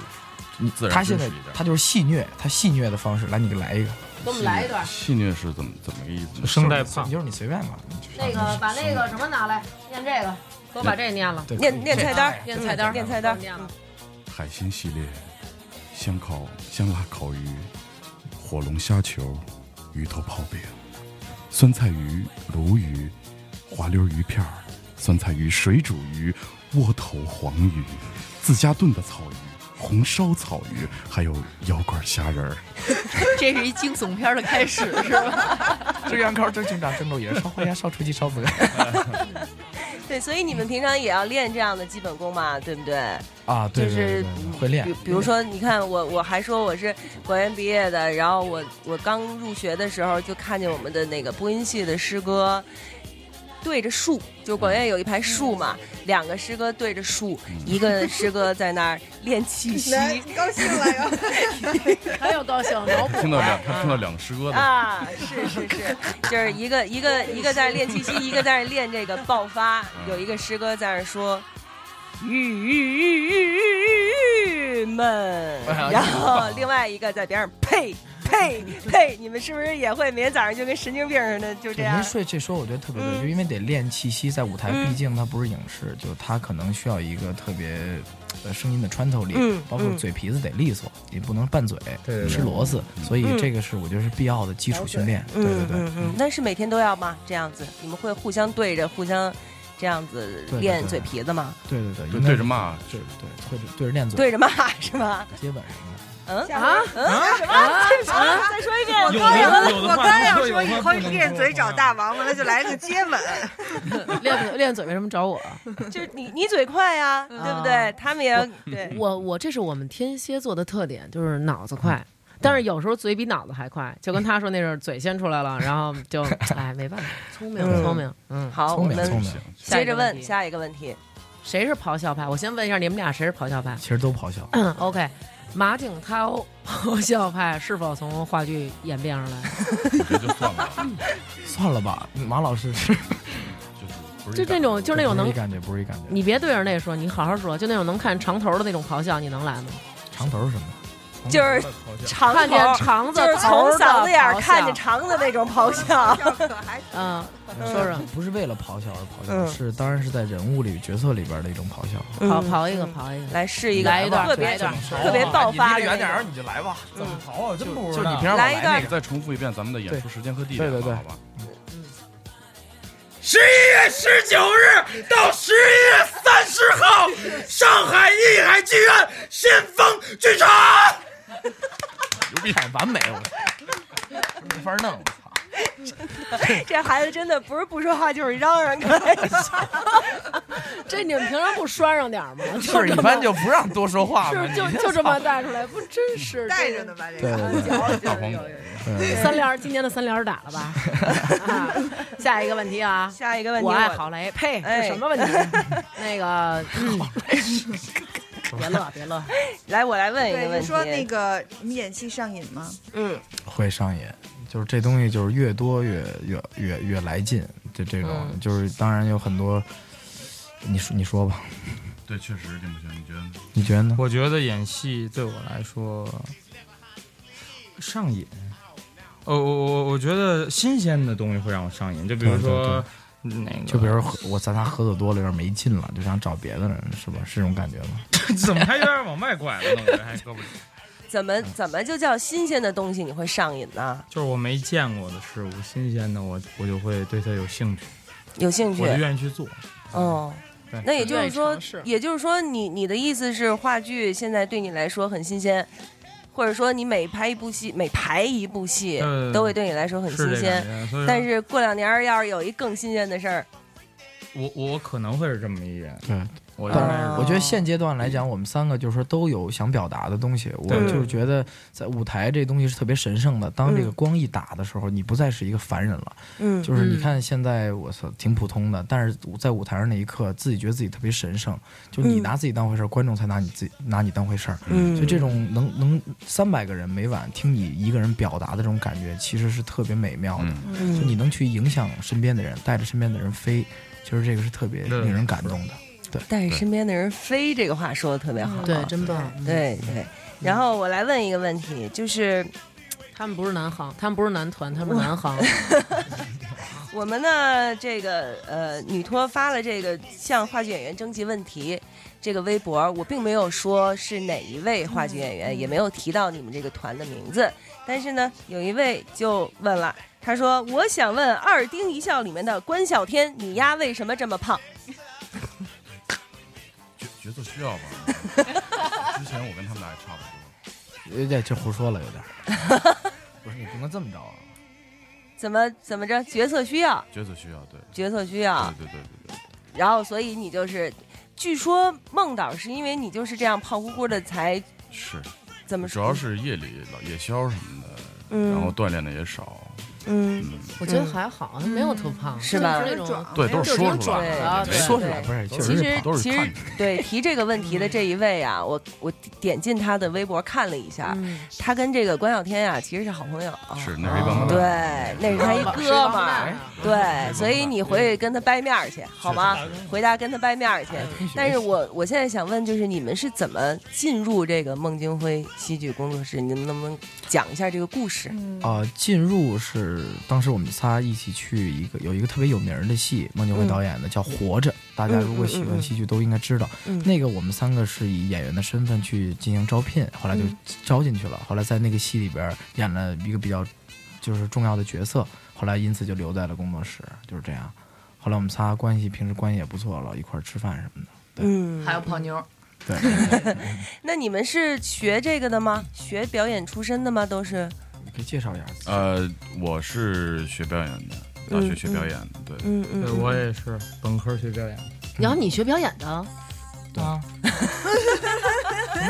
L: 你自然
G: 他
L: 真
G: 现
L: 实
G: 在
L: 一点。
G: 他就是戏谑，他戏谑的方式，来你给来一个，
A: 给我们来一段。
L: 戏谑是怎么怎么个意思呢？
I: 声带
G: 胖，就是你随便吧。
A: 那个把那个什么拿来，念这个，给我把这念了。
G: 对
B: 念念菜单儿，
A: 念菜单儿，
B: 念菜单儿。
A: 念了。
L: 海鲜系列，香烤香辣烤鱼，火龙虾球，鱼头泡饼，酸菜鱼、鲈鱼，滑溜鱼片儿，酸菜鱼、水煮鱼、窝头黄鱼，自家炖的草鱼，红烧草鱼，还有摇管虾仁儿。
K: 这是一惊悚片的开始，是吧？
G: 这两口真警长真够野，烧花鸭、烧雏鸡、烧子 鹅
B: 对，所以你们平常也要练这样的基本功嘛，对不对？
G: 啊，对
B: 就
G: 对对
B: 是
G: 对，会练嗯
B: 比。比如说，你看我，我还说我是广院毕业的，然后我我刚入学的时候就看见我们的那个播音系的师哥对着树，就广院有一排树嘛，两个师哥对着树，
G: 嗯
B: 一个师哥在那儿练 气息，
C: 来高兴了又。
A: 他又高兴 了。
L: 哎听到两，他听到两个师哥的，
B: 啊， 是是是，就是一个一个一个在练气息，一个在练这个爆发。有一个师哥在那说。郁郁闷，然后另外一个在边上呸呸呸，你们是不是也会每天早上就跟神经病似的就这
G: 对
B: 样
G: 您？说这说我觉得特别对，
B: 嗯
G: 就因为得练气息，在舞台，
B: 嗯
G: 毕竟它不是影视，就它可能需要一个特别。呃，声音的穿透力，
B: 嗯
G: 包括
B: 嗯
G: 嘴皮子得利索，也不能拌嘴，
J: 对对
G: 吃螺丝，所以
B: 嗯
G: 这个是我觉得是必要的基础训练。对对
B: 嗯
G: 对
B: 嗯，嗯，但是每天都要吗？这样子，你们会互相对着，互相这样子
G: 对对
B: 练
G: 对
B: 嘴皮子吗？
G: 对对对，
L: 就
G: 应该
L: 对着骂，
G: 对对对着对着练嘴，
B: 对着骂是吗？
G: 接吻什么的。
B: 嗯啊
C: 啊
B: 嗯什么？这什么再说一遍，
C: 我
B: 我
C: 刚
B: 刚
C: 要
B: 才
C: 我刚要说以后你练嘴找大王，完了就来个接吻。
A: 练练嘴为什么找我？啊
B: 就是你你嘴快呀，对不
G: 啊
B: 对？他们也对。
A: 我我这是我们天蝎座的特点，就是脑子快。但是有时候嘴比脑子还快，就跟他说那阵儿嘴先出来了，然后 就哎没办法，聪明
B: 嗯
A: 聪明，嗯，
B: 好，我
G: 聪明聪
B: 们
G: 明，
B: 接着问下一个问题。
A: 谁是咆哮派？我先问一下你们俩谁是咆哮派
G: 其实都咆哮。
B: 嗯
A: ？OK，马景涛咆哮派是否从话剧演变而来？
L: 我觉得就算 了吧，
G: 算了吧，马老师是
L: 就是不是
A: 就
L: 一档
A: 那种就是那种
G: 不是
A: 能
G: 一，感觉，不是一感觉。
A: 你别对着那说，你好好说，就那种能看长头的那种咆哮，你能来吗？
G: 长头是什么？
B: 就是肠
A: 看见
B: 头，
A: 肠子
B: 就是
A: 头的
B: 从嗓子眼
A: 咆
B: 儿
A: 哮
B: 看见肠子那种咆哮。
A: 嗯，
G: 嗯
A: 说说
G: 不是为了咆哮而咆哮，
B: 嗯
G: 是当然是在人物里、角色里边的一种咆哮。啊
A: 咆咆一个咆一个，
B: 来试一
A: 嗯
B: 个，
A: 来一段
B: 特
A: 来
B: 别
A: 一段
B: 特
G: 啊
B: 别爆发的那种。
J: 你就来吧，怎么逃
G: 哦
J: 啊？真不
G: 就你别
J: 别
G: 让我
B: 来一段
G: 那
L: 你
G: 个，
L: 再重复一遍咱们的演出时间和地点，
G: 对对对
L: 好吧？
J: 十一月十九日到十一月三十号，上海艺海剧院先锋 剧场。
G: 牛逼，完美，我没法弄，我啊操！
B: 这孩子真的不是不说话，就是嚷嚷开始。
A: 这你们平常不拴上点儿吗？
G: 是一 般就不让多说话嘛，
A: 是
G: 你
A: 就就这么带出来，不真是
C: 带着呢吧这
G: 对
C: 个。
G: 对对，
L: 大黄狗，
A: 这三连儿，今年的三连儿打了吧？啊下一个问题啊，
B: 下一个问题，
A: 我爱郝雷，呸，
B: 哎
A: 这什么问题？ 那个，嗯 别乐别 乐，
B: 来我来问一个
C: 对，
B: 问
C: 你
B: 题。
C: 说那个你演戏上瘾吗？
B: 嗯，
G: 会上瘾。就是这东西，就是越多越越越越来劲，就这种，
A: 嗯
G: 就是当然有很多，你说你说吧，
L: 对，确实，丁不行，你觉得呢？
G: 你觉得呢？
I: 我觉得演戏对我来说上瘾。哦，我我我觉得新鲜的东西会让我上瘾，就比如说那个，
G: 就比如喝我咱仨喝的多了，有点没劲了，就想找别的人，是吧？是这种感觉吗？
I: 怎么还有点往外拐了呢？我这还胳膊里，
B: 怎么怎么就叫新鲜的东西你会上瘾呢？
I: 就是我没见过的事物，新鲜的我我就会对它有兴趣，
B: 有兴趣
I: 我就？愿意去做。
B: 哦
I: 对，
B: 那也就是
A: 愿
B: 说
A: 意尝试，
B: 也就是说你，你的意思是话剧现在对你来说很新鲜，或者说你每拍一部戏，每排一部戏、
I: 嗯
B: 都会对你来说很
I: 是
B: 新
I: 这感
B: 鲜。
I: 觉，所以
B: 但是过两年儿要是有一更新鲜的事儿，
I: 我我我可能会是这么一人，
G: 对，
I: 我
G: 但
I: 应该是
G: 我觉得现阶段来讲，我们三个就是说都有想表达的东西。我
I: 对
G: 就是觉得在舞台这东西是特别神圣的。当这个光一打的时候，你不再是一个凡人了。
A: 嗯
G: 就是你看现在我操挺普通的，但是在舞台上那一刻，自己觉得自己特别神圣。就你
A: 嗯
G: 拿自己当回事儿，观众才拿你自己拿你当回事儿。
A: 嗯
G: 所以这种能能三百个人每晚听你一个人表达的这种感觉，其实是特别美妙的。
A: 嗯
G: 就你能去影响身边的人，带着身边的人飞，其实这个是特别令人感动的。对，
B: 带着身
G: 边。
B: 边的人飞这个话说的特别好，
G: 对
A: 真棒
B: 对对。然后我来问一个问题，就是
A: 他们不是南航，他们不是男团，他们是南航。
B: 我们呢，这个呃，女托发了这个向话剧演员征集问题这个微博，我并没有说是哪一位话剧演员，也没有提到你们这个团的名字，但是呢，有一位就问了，他说：“我想问《二丁一笑》里面的关晓天，你丫为什么这么胖？”
L: 角角色需要 吧？之前我跟他们俩也差不多。
G: 有点这胡说了，有点。不是你不能这么着啊！
B: 怎么怎么着？角色需要，
L: 角色需要，对，
B: 角色啊需要。
L: 对对对对对，
B: 然后，所以你就是，据说孟导是因为你就是这样胖乎乎的才
L: 是。
B: 怎么
L: 主
B: 说？
L: 要是夜里老夜宵什么的，
B: 嗯
L: 然后锻炼的也少。
B: 嗯，
A: 我觉得还好，没有特胖，
B: 是吧
A: 嗯就是那种
L: 对都是说出来的
A: 就是那种转
L: 对对对说出来不是就是
B: 其实
L: 都是
B: 其
L: 看
B: 实
L: 出
B: 对提这个问题的这一位啊，我我点进他的微博看了一下
A: 嗯，
B: 他跟这个关晓天啊其实是好朋友，
L: 是那是一帮帮
B: 对
L: 的，
B: 那是他一哥们儿，对，所以你回去跟他掰面儿去，好吗？回家跟他掰面儿
L: 哎
B: 去。但是我我现在想问，就是你们是怎么进入这个孟京辉戏剧工作室？你们能不能讲一下这个故事？
G: 啊，进入是当时我们仨一起去一个有一个特别有名儿的戏，孟京辉导演的叫《活着》，大家如果
A: 嗯嗯
G: 喜
A: 嗯嗯
G: 欢
A: 嗯
G: 戏剧都应该知道。
A: 嗯
G: 那个我们三个是以演员的身份去进行招聘，后来就
A: 嗯
G: 招进去了。后来在那个戏里边儿演了一个比较就是重要的角色，后来因此就留在了工作室，就是这样。后来我们仨关系平时关系也不错了，一块儿吃饭什么的。
B: 嗯，
K: 还有泡妞，
B: 那你们是学这个的吗？学表演出身的吗？都是？
G: 你可以介绍一下。
L: 呃，我是学表演的，大学学表演的，对，
A: 嗯嗯
I: 对我也是本科学表演，
A: 然后你学表演的，
G: 对 啊，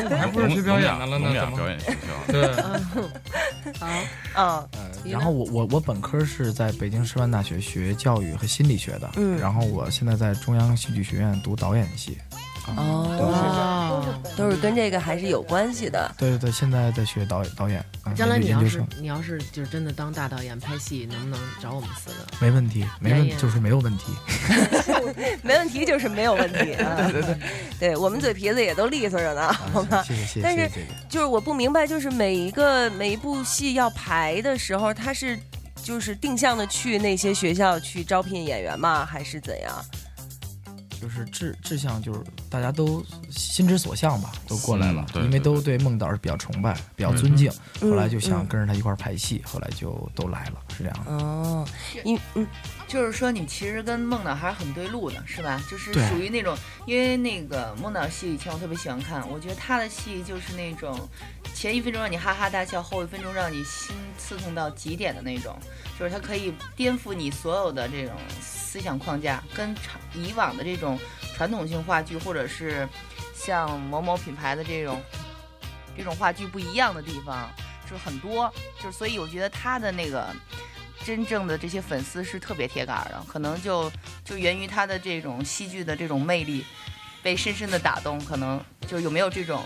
I: 我还不是学表演的了
L: 聋
I: 呢，
L: 哑
I: 怎么
L: 表演学校
I: 对，
B: 啊，
G: 然后我我我本科是在北京师范大学学教育和心理学的，
B: 嗯
G: 然后我现在在中央戏剧学院读导演系，
B: 哦，都是跟这个还是有关系的。
G: 对对对，现在在学导演导演，啊
A: 将来你
G: 研
A: 要
G: 究
A: 是
G: 生
A: 你要是就是真的当大导演拍戏，能不能找我们四个？
G: 没问题，没问
A: 哎呀
G: 就是没有问题，
B: 没问题，就是没有 问题。啊、对对对，我们嘴皮子也都利索着呢， 啊好吗？
G: 谢谢谢谢
B: 但是
G: 谢谢
B: 就是我不明白，就是每一个每一部戏要排的时候，他是就是定向的去那些学校去招聘演员吗？还是怎样？
G: 就是志志向就是大家都心之所向吧，都过来了
L: 嗯，对
G: 因为都对孟导是比较崇拜、比较
L: 嗯
G: 尊敬，
B: 嗯
G: 后来就想
B: 嗯
G: 跟着他一块儿拍戏，后来就都来了，是这样的。
B: 哦，你嗯，
F: 就是说你其实跟孟导还是很对路的，是吧？就是
G: 对
F: 属于那种，因为那个孟导戏以前我特别喜欢看，我觉得他的戏就是那种前一分钟让你哈哈大笑，后一分钟让你心刺痛到极点的那种，就是他可以颠覆你所有的这种思想框架，跟常以往的这种传统性话剧或者是像某某品牌的这种这种话剧不一样的地方，就是很多，就是所以我觉得他的那个真正的这些粉丝是特别铁杆儿的，可能就就源于他的这种戏剧的这种魅力，被深深的打动，可能就有没有这种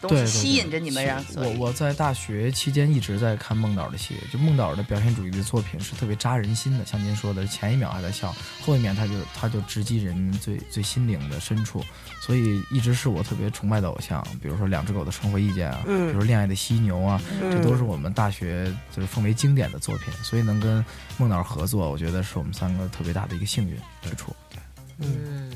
F: 东西
G: 对对
F: 吸
G: 对
F: 引着你们，
G: 是
F: 让所以
G: 我我在大学期间一直在看孟导的戏，就孟导的表现主义的作品是特别扎人心的，像您说的，前一秒还在笑，后一秒他就他就直击人最最心灵的深处，所以一直是我特别崇拜的偶像。比如说《两只狗的生活意见》啊，
A: 嗯
G: 比如《恋爱的犀牛》啊，
A: 嗯
G: 这都是我们大学就是奉为经典的作品，所以能跟孟导合作，我觉得是我们三个特别大的一个幸运之处。
A: 嗯，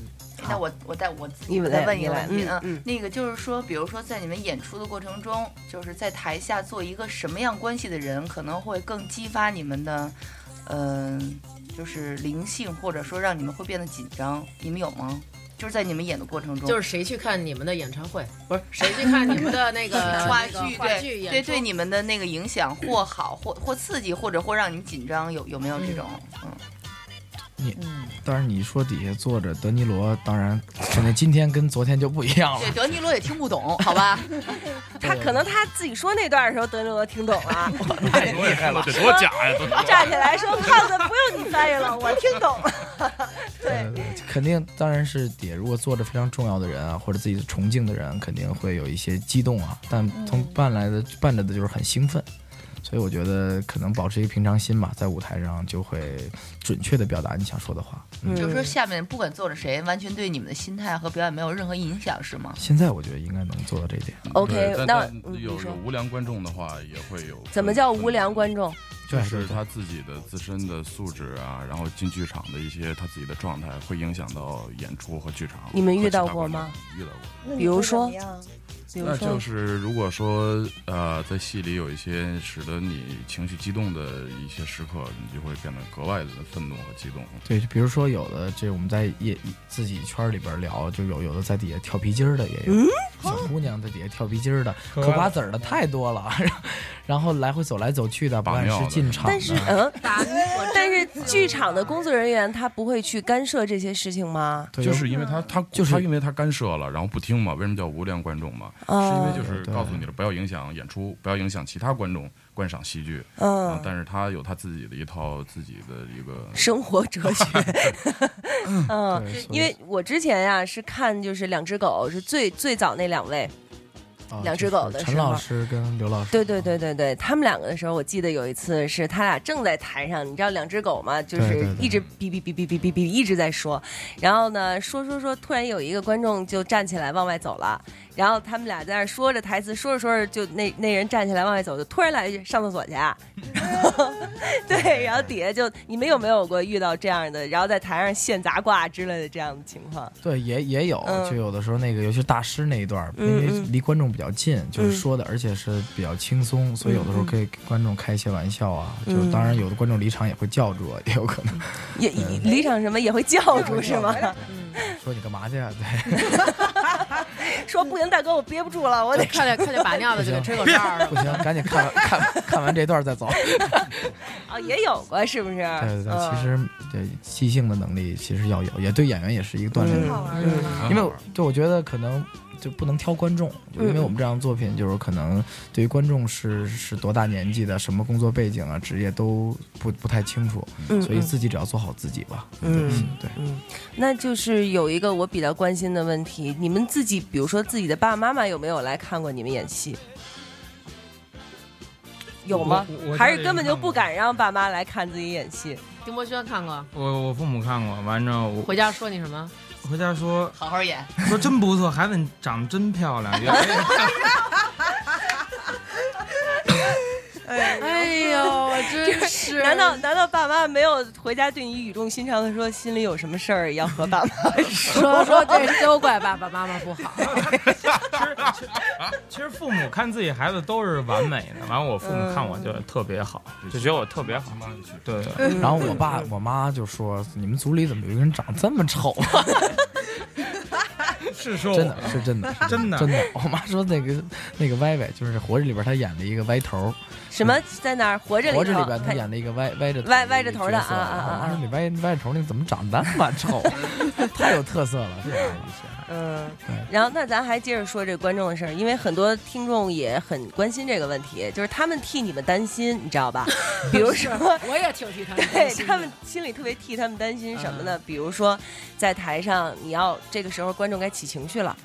F: 那我我再我自
B: 你
F: 己
B: 们
F: 再
B: 来
F: 问
B: 你
F: 一个
B: 来
F: 问题
B: 嗯
F: 啊，那个就是说，比如说在你们演出的过程中，就是在台下做一个什么样关系的人，可能会更激发你们的，嗯、就是灵性，或者说让你们会变得紧张，你们有吗？就是在你们演的过程中，
A: 就是谁去看你们的演唱会？不是谁去看你们的那个
F: 话
A: 那个
F: 剧，
A: 话剧
F: 对
A: 演
F: 对
A: 出
F: 对你们的那个影响，或好或或刺激，或者或让你紧张，有有没有这种？嗯，
G: 你，当然你说底下坐着德尼罗，当然可能今天跟昨天就不一样了
F: 对，。德尼罗也听不懂，好吧？
B: 他可能他自己说那段的时候，德尼罗听懂啊了，
L: 太厉害了，这多假呀！都
B: 站起来说：“胖子，不用你翻译了，我听懂了。
G: 呃，肯定当然是底下如果坐着非常重要的人啊，或者自己的崇敬的人，肯定会有一些激动啊。但从伴来的伴着的就是很兴奋，所以我觉得可能保持一个平常心吧，在舞台上就会准确的表达你想说的话。
B: 嗯
F: 就是说，下面不管坐着谁，完全对你们的心态和表演没有任何影响，是吗？
G: 现在我觉得应该能做到这一点。
B: OK，
L: 对但
B: 那
L: 但
B: 嗯
L: 有
B: 你说
L: 有无良观众的话，也会有”
B: 怎么叫无良观众？
L: 就是他自己的自身的素质啊，然后进剧场的一些他自己的状态，会影响到演出和剧场。
B: 你们遇到
L: 和其他
B: 过
L: 观众
B: 吗？
L: 遇到过。
B: 比如说，比如
L: 那
B: 说
L: 就，是如果说呃，在戏里有一些使得你情绪激动的一些时刻，你就会变得格外的愤怒和激动。
G: 对，就比如说有的这我们在业自己圈儿里边聊，就有有的在底下跳皮筋儿的也有，小姑娘在底下跳皮筋儿的，
P: 可
G: 嗑
P: 爱
G: 瓜子儿的太多了，然后 来回走来走去的，不管
P: 尿
G: 是
P: 的
G: 进场的，啊
B: 但是嗯，但是剧场的工作人员他不会去干涉这些事情吗？
G: 对
L: 就是因为他他
G: 就是
L: 他因为他干涉了，然后不听嘛，为什么叫无良观众嘛？
B: 哦
L: 是因为就是告诉你了，不要影响演出，不要影响其他观众观赏戏剧。
B: 嗯
L: 啊但是他有他自己的一套自己的一个
B: 生活哲 学。嗯
L: 对所，以
B: 因为我之前呀、是看就是两只狗，是最最早那两位，
G: 啊
B: 两只
G: 就是
B: 狗的
G: 陈
B: 时
G: 老
B: 候
G: 师跟刘老师，啊
B: 对对对对对，他们两个的时候，我记得有一次是他俩正在台上，你知道两只狗嘛，就
G: 对
B: 是
G: 对对
B: 一直哔哔哔哔哔哔哔一直在说，然后呢说说说，突然有一个观众就站起来往外走了，然后他们俩在那儿说着台词，说着说着就那那人站起来往外走，就突然来一句上厕所去啊， 对，然后底下就你们有没有过遇到这样的，然后在台上现砸挂之类的这样的情况？
G: 对，也也有，
B: 嗯
G: 就有的时候那个，尤其是大师那一段儿，因
B: 嗯
G: 为
B: 嗯
G: 离观众比较近，就是
B: 嗯
G: 说的，而且是比较轻松，所以有的时候
B: 嗯嗯
G: 可以给观众开一些玩笑啊。
B: 嗯
G: 就是当然，有的观众离场也会叫住我，也有可能
B: 也离场什么也会叫住是吗？
G: 说你干嘛去啊？对，
B: 说不行，大哥，我憋不住了，我得
A: 快点快点把 尿的就给吹口哨儿了
G: 不行， 赶紧看完看看完这段再 走。
B: 哦，也有过是不是？
G: 对对对，
B: 嗯
G: 其实这即兴的能力其实要有，也对演员也是一个锻炼
B: 嗯好玩儿。
G: 因为我对我觉得可能就不能挑观众，就因为
B: 嗯
G: 我们这样的作品就是可能对于观众是是多大年纪的、什么工作背景啊、职业都不不太清楚，
B: 嗯
G: 所以
B: 嗯
G: 自己只要做好自己吧。
B: 嗯
G: 对，
B: 那就是有一个我比较关心的问题，你们自己，比如说自己的爸爸妈妈有没有来看过你们演戏？有吗
I: 我我？
B: 还是根本就不敢让爸妈来看自己演戏？
A: 丁博轩看过，
I: 我我父母看过，完之后我
A: 回家说你什么？
I: 回家说
F: 好好演。
I: 说真不错，孩子你长得真漂亮。原来
B: 哎
A: 呦我真 是
B: 难道难道爸妈没有 回家对你语重心长的说心里有什么事儿要和爸妈
A: 说说这都怪爸爸妈妈不好。
I: 其实父母看自己孩子都是完美的，完了我父母看我就特别好，就觉得我特别好。
J: 嗯
I: 对，
B: 嗯
I: 对
G: 然后我爸我妈就说：“你们组里怎么有一个人长这么丑啊？”
I: 是说我
G: 真的是真的是
I: 真的
G: 真的，我妈说那个那个歪歪就是《活着》里边她演了一个歪头儿，
B: 什么在那儿活着
G: 活
B: 里
G: 着
B: 头
G: 里边他
B: 看
G: 演了一个歪歪着
B: 歪歪着头的
G: 角色
B: 啊啊啊啊
G: 然后我妈说你歪歪着头那个怎么长那么丑，啊 太有特色了，这啊样一些。
B: 嗯，然后那咱还接着说这观众的事儿，因为很多听众也很关心这个问题，就是他们替你们担心，你 知道吧？比如说，
A: 我也挺替他们担
B: 对
A: 心的，嗯
B: 他们心里特别替他们担心什么呢？比如说，在台上你要这个时候观众该起情绪了，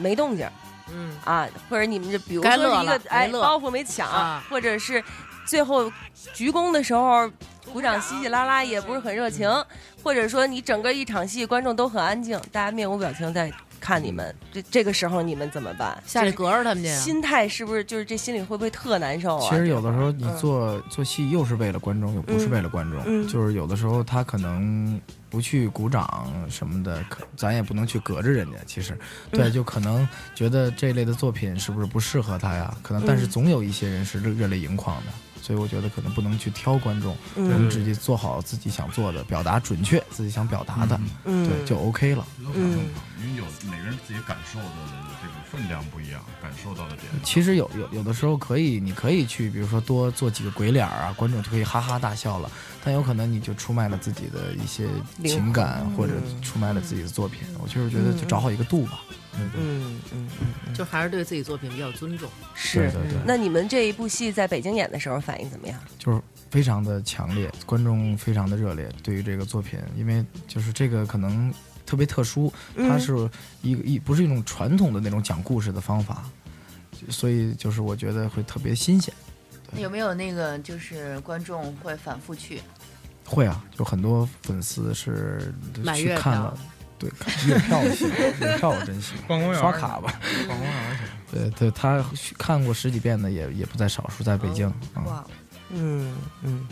B: 没动静儿
A: 嗯
B: 啊，或者你们这比如说
A: 该乐
B: 是一个
A: 了
B: 哎
A: 没乐
B: 包袱没抢，
A: 啊
B: 或者是最后鞠躬的时候。鼓掌稀稀拉拉也不是很热
A: 嗯
B: 情，或者说你整个一场戏观众都很安静，大家面无表情在看你们，这这个时候你们怎么办？
A: 下去隔着他们去
B: 就是
A: 啊
B: 心态是不是就是这心里会不会特难受啊？
G: 其实有的时候你
B: 嗯
G: 做、做戏又是为了观众，又不是为了观众，
B: 嗯嗯
G: 就是有的时候他可能不去鼓掌什么的，可咱也不能去隔着人家。其实，对，
P: 嗯
G: 就可能觉得这类的作品是不是不适合他呀？可能，但是
P: 嗯
G: 总有一些人是热热泪盈眶的。所以我觉得可能不能去挑观众，我
A: 嗯
G: 们直接做好自己想做的，表达准确自己想表达的，
A: 嗯
G: 对，就 OK 了。
L: 嗯，因为有每个人自己感受的这个分量不一样，感受到的点。
G: 其实有有有的时候可以，你可以去，比如说多做几个鬼脸儿啊，观众就可以哈哈大笑了。但有可能你就出卖了自己的一些
A: 灵
G: 情感，
A: 魂
G: 或者出卖了自己的作品。我就是觉得就找好一个度吧。嗯
A: 嗯嗯嗯，就还是对自己作品比较尊重。
B: 是
G: 对对对，
B: 那你们这一部戏在北京演的时候反应怎么样？
G: 就是非常的强烈，观众非常的热烈，对于这个作品，因为就是这个可能特别特殊，
B: 嗯
G: 它是一个一不是一种传统的那种讲故事的方法，所以就是我觉得会特别新鲜。
F: 有没有那个就是观众会反复去？
G: 会啊，有很多粉丝是
F: 买
G: 嗯去
F: 月
G: 看
F: 票
G: 了，对，看月票 行，月票我真行，
I: 逛公园
G: 刷
I: 儿
G: 卡吧，
I: 逛公园儿去。
G: 对对，他看过十几遍的也也不在少数，在北
B: 哦
G: 京，嗯
C: 哇，
B: 嗯
G: 嗯，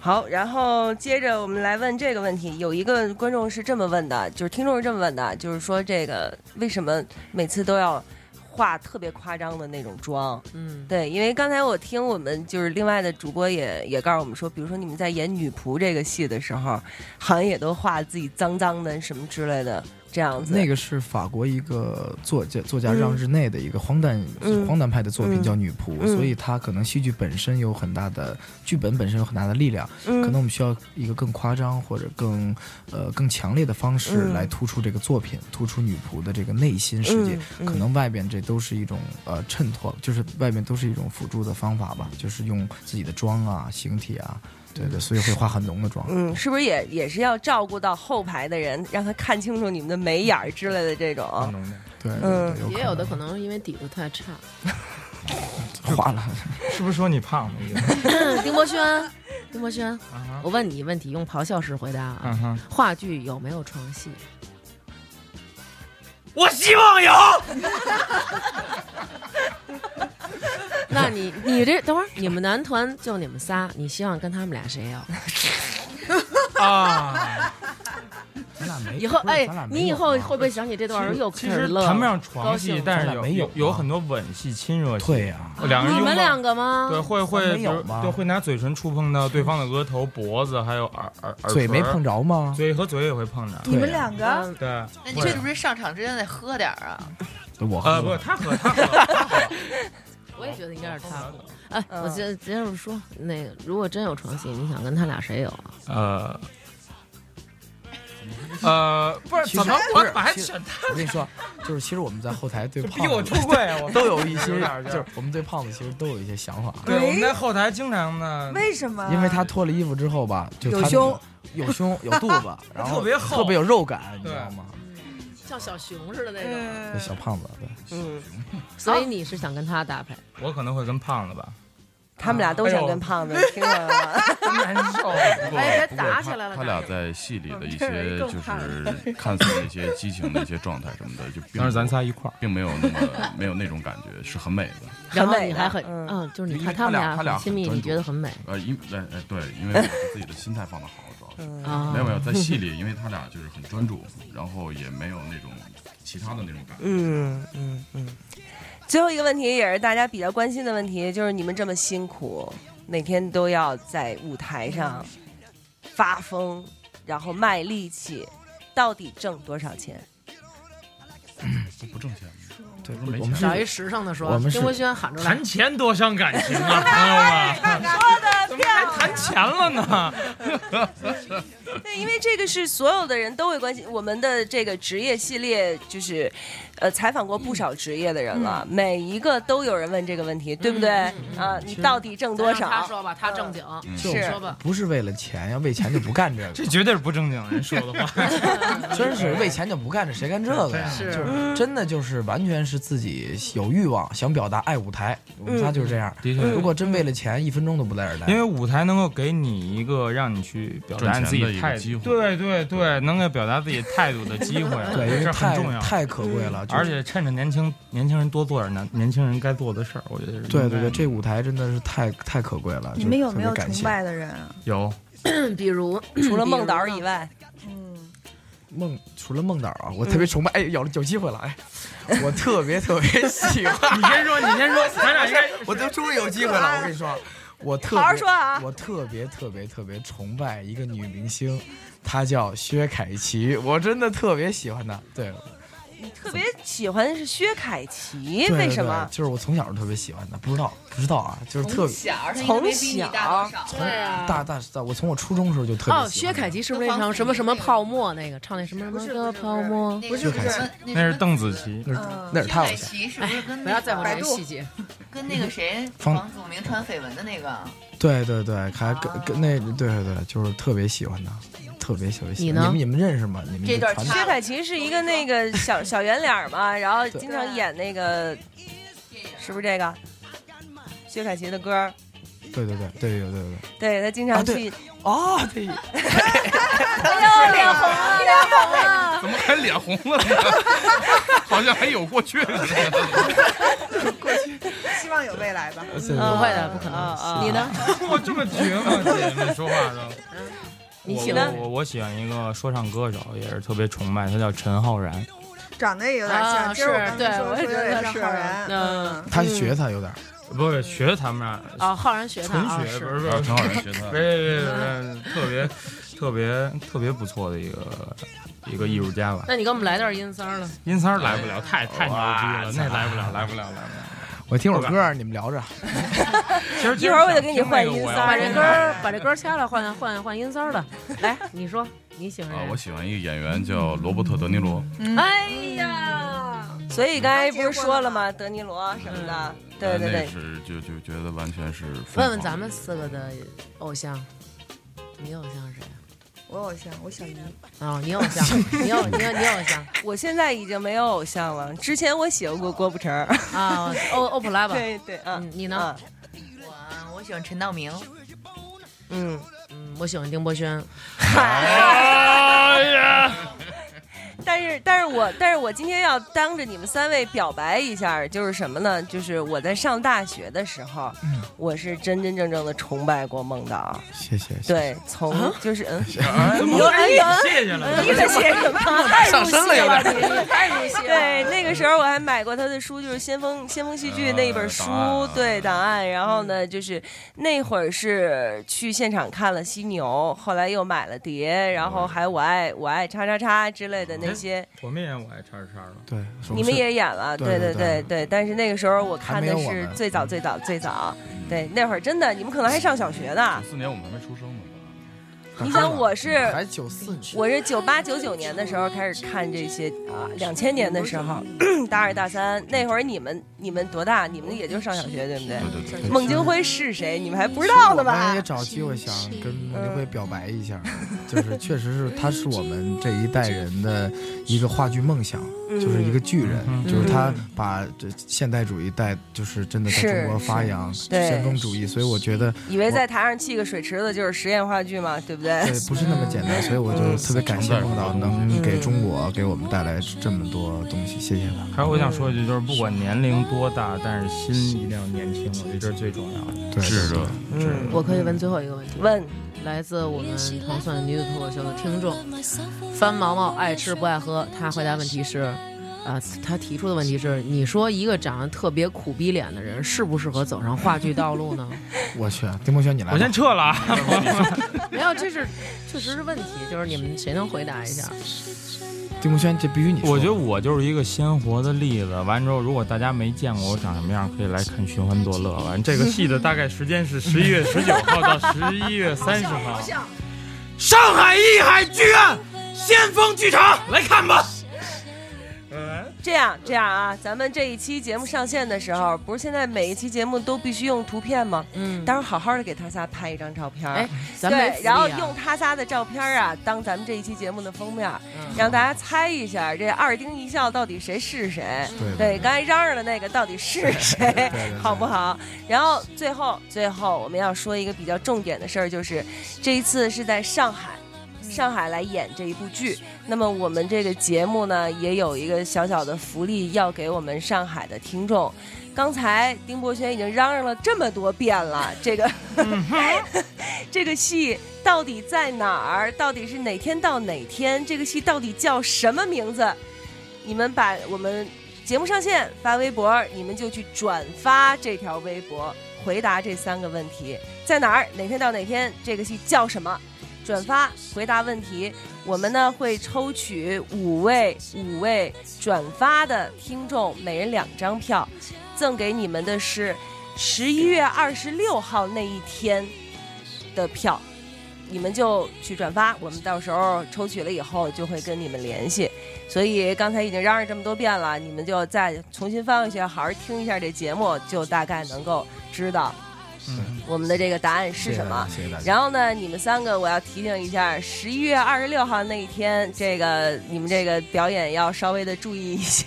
B: 好，然后接着我们来问这个问题。有一个观众是这么问的，就是听众是这么问的，就是说这个为什么每次都要化特别夸张的那种妆？
A: 嗯，
B: 对，因为刚才我听我们就是另外的主播也也告诉我们说，比如说你们在演女仆这个戏的时候，好像也都画自己脏脏的什么之类的这样子。
G: 那个是法国一个作家作家让
B: 嗯
G: 日内的一个荒诞、
B: 嗯
G: 荒诞派的作品
B: 嗯
G: 叫《女仆》，
B: 嗯
G: 所以它可能戏剧本身有很大的剧本本身有很大的力量，
B: 嗯
G: 可能我们需要一个更夸张或者更呃更强烈的方式
B: 嗯
G: 来突出这个作品，突出女仆的这个内心世界。
B: 嗯嗯
G: 可能外边这都是一种呃衬托，就是外面都是一种辅助的方法吧，就是用自己的妆啊、形体啊，对对，所以会化很浓的妆。
B: 嗯，是不是也也是要照顾到后排的人，让他看清楚你们的眉眼儿之类的这种？
G: 对，
B: 嗯
G: 对有
A: 也有的可能是因为底子太 差。
G: 化了，
I: 是不是说你胖了已经？
A: 丁博轩，丁博轩，我问你问题，用咆哮式回答啊。
I: 嗯哼
A: 话剧有没有床戏？
J: 我希望有。
A: 那你你这等会儿，你们男团就你们仨，你希望跟他们俩谁有？
I: 啊，
G: 咱俩没
A: 以后
G: 不是
A: 哎
G: 咱俩，没
A: 你以
G: 有
A: 后
G: 啊
A: 会不会想起这段儿又开
I: 其
A: 始
I: 实
A: 乐
I: 谈不上
A: 高
I: 床
A: 兴
I: 戏
A: 了，
I: 但是
G: 咱俩没有
I: 有
G: 啊
I: 有很多吻戏、亲热 戏。
G: 对啊呀
I: 两个人
A: 你
I: 拥
A: 们
I: 抱
A: 两个吗？
I: 对，会会
G: 没有
I: 比如
G: 吗
I: 对，会拿嘴唇触碰到对方的额头、脖子，还有耳耳耳
G: 嘴
I: 垂
G: 没碰着吗
I: 嘴和嘴也会碰着。
G: 啊
C: 你们两
F: 嗯
A: 啊
C: 个
I: 对，
F: 那你是不是上场之前得喝点儿啊？
G: 我
I: 呃不，他和他
A: 我也觉得应该是他。哎，我接接着说，那个如果真有床戏，你想跟他俩谁有啊？
I: 呃呃不是
G: 其
I: 怎
G: 实
I: 么
G: 不
I: 我
G: 是
I: 我还
G: 其实
I: 选
G: 我跟你说，就是其实我们在后台 对胖子
I: 逼我出柜啊我
G: 都有一些
I: 有点，儿
G: 就是我们对胖子其实都有一些想法。
I: 对，我们在后台经常呢，
C: 为什
A: 啊
C: 么？
G: 因为他脱了衣服之后吧，就
C: 有
G: 他那个
C: 胸，
G: 有胸，有肚 子，然后
I: 特别厚
G: 特别有肉感，你知道吗？
A: 像小熊似的那种。
F: 呃
G: 这小胖子，对，
A: 嗯，所以你是想跟他搭配？
I: 我可能会跟胖子吧，
B: 他们俩都想跟胖子，听着了吗？
I: 难受。
L: 不过
A: 哎别
L: 不过
A: 打
L: 他
A: 起来了
L: 他
A: 打
L: 俩
A: 起
L: 在戏里的一
A: 这人
L: 些
A: 更
L: 就
A: 怕了
L: 是看似那些激情的一些状态什么的，就并
I: 当时咱
L: 不
I: 仨一块儿，
L: 并没有那么没有那种感觉，是很美的。
A: 然后
B: 很美
A: 你
B: 的
A: 还很
B: 嗯
A: 嗯，就是你
L: 因为
A: 看
L: 他
A: 们
L: 俩他俩
A: 很亲密，
L: 很专
A: 你觉得很美
L: 呃，因哎哎对，因为我自己的心态放得好，主要是
A: 啊？
L: 没有没有在戏里，因为他俩就是很专注，然后也没有那种其他的那种感觉。
B: 嗯嗯嗯。最后一个问题也是大家比较关心的问题，就是你们这么辛苦，每天都要在舞台上发疯，然后卖力气，到底挣多少钱？
L: 不不挣钱，
G: 对，
L: 不是
G: 我
L: 没
G: 们
L: 钱
A: 找一
G: 是，
A: 时尚的
G: 我
A: 说，
G: 们是
A: 丁博轩喊出来
I: 谈，钱多伤感情啊，朋
L: 哎
I: 友们，
B: 说的漂亮。
I: 谈钱了呢。
B: 对，因为这个是所有的人都会关心。我们的这个职业系列就是，呃，采访过不少职业的人了，每一个都有人问这个问题，对不对？啊，你到底挣多
A: 咱让他
B: 少？
A: 说吧，他正经，
G: 就是
A: 说吧。
G: 不是为了钱，要为钱就不干这
I: 这
G: 个，
I: 绝对是不正经人说的话。
G: 真是为钱就不干这，谁干这个呀？
A: 是
G: 就是真的就是完全是自己有欲望，想表达爱舞台，我们仨就是这样。
I: 嗯的确
G: 如果真为了钱，一分钟都不在这儿待。
I: 因为舞台能够给你一个让你去表达
L: 赚
I: 你自
L: 钱的
I: 己
L: 一
I: 态
L: 个
I: 度
L: 机，会
I: 对对对，能够表达自己态度的机会，
G: 对，因
I: 这
G: 为
I: 很
G: 太
I: 重要。嗯
G: 太可贵了，就是
I: 而且趁着年轻年轻人多做点年年轻人该做的事儿，我觉得是应该
G: 对对对，这舞台真的是太太可贵了。
C: 你们
G: 就
C: 有
G: 特
C: 没
G: 别
C: 有
G: 感
C: 崇
G: 谢
C: 拜的人啊？
I: 有
A: 嗯比如嗯
B: 除了孟导以，外，
G: 孟？除了孟导啊，我特
C: 嗯
G: 别崇拜。哎，有了有机会了，哎，我特别特别喜欢。
I: 你先说，你先说，咱俩应该
G: 我都终于有机会了，我跟你说，我特
M: 好好说啊
G: 我特别特别特别崇拜一个女明星，她叫薛凯琪，我真的特别喜欢她。对，
B: 你特别喜欢的是薛凯琪，
G: 对
B: 为
G: 对
B: 什么？
G: 就是我从小就特别喜欢她，不知道不知道啊，就是特别
B: 从小
G: 从
A: 啊
G: 大大大，我从我初中的时候就特别喜欢她。
A: 哦，薛凯琪是不是那唱什么什么泡沫那个唱那什么什么歌泡沫？
F: 不是不是，那
I: 那是邓紫 棋，
G: 那
F: 嗯
G: 那是她好
F: 薛凯
G: 像
F: 琪是不是跟
A: 不要在乎这
F: 百
A: 些
F: 度
A: 细节，
F: 跟那个谁
G: 方
F: 房祖名传绯闻的那个？
G: 对对对，还跟跟那对对对，就是特别喜欢她，特别喜欢。
A: 你呢
G: 你们你们认识吗？你们
B: 这段
G: 传
B: 薛凯琪是一个那个小小圆脸儿嘛，然后经常演那个，是不是这个？薛凯琪的歌儿，
G: 对对对对对对对。
B: 对她经常去，
G: 哦，啊对，
B: 哎呦，脸红了，脸红了。
L: 怎么还脸红了呢？ 好像还有过去 似的。
C: 希望有未来吧。
G: 不
A: 不会的，不可能。嗯你呢？
I: 我这么绝吗？姐们说话 的。
A: 你
I: 我
A: 喜欢
I: 我我喜欢一个说唱歌手，也是特别崇拜，他叫陈浩然。
C: 长得也有点像，
A: 啊
C: 今儿我
A: 是
C: 刚
A: 对
C: 才说
A: 我也
C: 说有
A: 觉得
C: 点像
A: 是
C: 浩然，
A: 嗯
G: 他学她有点儿，
I: 不是学他们俩，
A: 啊，浩然学他
I: 纯
A: 啊，
I: 学，不是
A: 是
I: 不是，
L: 陈浩然学他
I: 别别别别，特 别特别特别不错的一个一个艺术家吧。
A: 那你给我们来段阴三儿呢？
I: 阴三儿来不了，太太牛哎逼了，
G: 哇
I: 那来不了，来不了，来不了。
G: 我听会儿歌儿，你们聊着。
I: 其实
B: 一会儿我得给你换音
I: 我
B: 色
I: 要
A: 把这歌儿把这歌儿掐了，换换换阴三 儿了。来，你说你喜欢
L: 啊，
A: 谁
L: 我？喜欢一个演员叫罗伯特·德尼罗，
A: 哎呀，
B: 所以刚才不是说了吗？德尼罗什么的，对对
L: 嗯哎那
B: 对，
L: 是就就觉得完全是疯狂。
A: 问问咱们四个的偶像，你偶像是谁？
C: 我偶像，我小姨。
A: 啊，你偶像，你偶你偶你偶像
B: 我现在已经没有偶像了。之前我喜欢过郭富城儿，
A: 啊，欧欧普拉吧？
B: 对对啊，
A: 嗯你呢？
F: 我我喜欢陈道明，
B: 嗯，
A: 嗯，我喜欢丁博轩。
I: 哎呀，
B: 但是，但是我，但是我今天要当着你们三位表白一下，就是什么呢？就是我在上大学的时候，我是真真正正的崇拜过孟导。
G: 谢谢。谢谢
B: 对，从就是嗯，
I: 怎么
B: 有
I: 回
B: 哎
I: 事
B: 有
I: 谢谢 了，
G: 嗯
B: 你可写什么？太入
A: 上
B: 戏
A: 升了有
B: 了，
A: 点
B: 你
A: 太入戏了
B: 对，那个时候我还买过他的书，就是《先锋先锋戏剧》那一
G: 呃
B: 本书，
L: 档案啊
B: 对档案。然后呢，
G: 嗯
B: 就是那会儿是去现场看了犀牛，后来又买了碟，然后还我爱我爱叉叉叉之类的
G: 哎
B: 那些。
I: 我们也我爱叉叉了。
G: 对，
B: 你们也演了，
G: 对
B: 对对
G: 对对
B: 对。但是那个时候我看的
G: 还没有我
B: 是
G: 们嗯
B: 最早最早最早，对，那会儿真的你们可能还上小学呢
L: 九。四年我们还没出生呢
B: 你想我是
G: 还九四年，
B: 我是九八九九年的时候开始看这些啊，两千年的时候，大二大三那会儿，你们你们多大？你们也就上小学，对不对？
L: 吧？对对对，
B: 孟京辉是谁？你们还不知道呢
G: 我
B: 吧
G: 们也？找机会想跟孟京辉表白 一下，就是确实是他是我们这一代人的一个话剧梦想，
B: 嗯
G: 就是一个巨人，
I: 嗯
G: 就是他把这现代主义带，就是真的在
B: 是
G: 中国发扬
B: 对
G: 先锋主义，所以我觉得
B: 以为在台上砌个水池子就是实验话剧嘛，对不对？
G: 对不是那么简单，所以我就
B: 嗯
G: 特别感谢孟导能给中国给我们带来这么多东西，谢谢他。
I: 还有我想说一句，就是不管年龄多大，但是心一定要年轻，我觉得这是最重要的。
G: 对，
L: 是的，
B: 嗯
A: 我可以问最后一个问题吗，
B: 问
A: 来自我们糖蒜女子脱口秀的听众，番毛毛爱吃不爱喝，他回答问题是，啊，他提出的问题是，你说一个长得特别苦逼脸的人，适不适合走上话剧道路呢？
G: 我去，啊丁梦轩你来吧，
I: 我先撤了啊！
A: 没有，这是确实是问题，就是你们谁能回答一下？
G: 丁梦轩这必须你说，
I: 我觉得我就是一个鲜活的例子。完之后，如果大家没见过我长什么样，可以来看《寻欢作乐》。完，这个戏的大概时间是十 一月十九号到十一月三十号，
J: 上海艺海剧院先锋剧场来看吧。
B: 这样这样啊，咱们这一期节目上线的时候，不是现在每一期节目都必须用图片吗？
A: 嗯，
B: 待会儿好好的给他仨拍一张照片儿。
A: 哎，咱们没
B: 对，然后
A: 福利啊
B: 用他仨的照片啊，当咱们这一期节目的封面，
A: 嗯
B: 让大家猜一下这二丁一笑到底谁是谁。
G: 对
B: 对，刚才嚷嚷的那个到底是 谁
G: 对对，
B: 哎好不好？然后最后最后我们要说一个比较重点的事儿，就是这一次是在上海。上海来演这一部剧，那么我们这个节目呢，也有一个小小的福利要给我们上海的听众。刚才丁博轩已经嚷嚷了这么多遍了，这个 这个戏到底在哪儿？到底是哪天到哪天？这个戏到底叫什么名字？你们把我们节目上线发微博，你们就去转发这条微博，回答这三个问题：在哪儿？哪天到哪天？这个戏叫什么？转发回答问题，我们呢会抽取五位五位转发的听众，每人两张票，赠给你们的是十一月二十六号那一天的票，你们就去转发，我们到时候抽取了以后就会跟你们联系。所以刚才已经嚷嚷这么多遍了，你们就再重新翻回去，好好听一下这节目，就大概能够知道
G: 嗯，
B: 我们的这个答案是什么。
G: 谢谢大家谢谢大家
B: 然后呢，你们三个我要提醒一下，十一月二十六号那一天，这个你们这个表演要稍微的注意一些，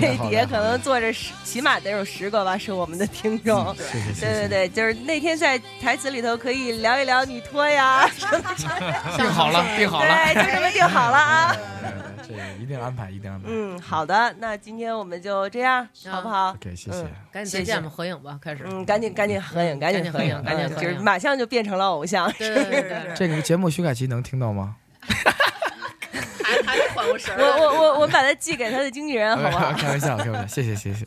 B: 这底下可能坐着十，起码得有十个吧，是我们的听
G: 嗯
B: 众。
Q: 是是
B: 对对对，就是那天在台词里头可以聊一聊女托呀，什么什么
G: 定好了定好了
B: 对，就这么定好了啊。
G: 这个一定安排，一定安排。
B: 嗯，好的，那今天我们就这样，好不好
G: OK，谢
B: 谢
R: 赶紧再见吧，合影吧，开始。
B: 嗯，赶紧赶紧合影，赶紧
R: 赶紧
B: 合影，
R: 合影赶紧
B: 嗯
R: 合
B: 就是
R: 影
B: 马上就变成了偶像。
R: 对对对对
G: 这个节目徐凯琪能听到吗？
F: 还没缓过神
B: 我我我我把它寄给他的经纪 人，好不啊好？
G: 开玩笑，开玩笑，谢谢谢谢。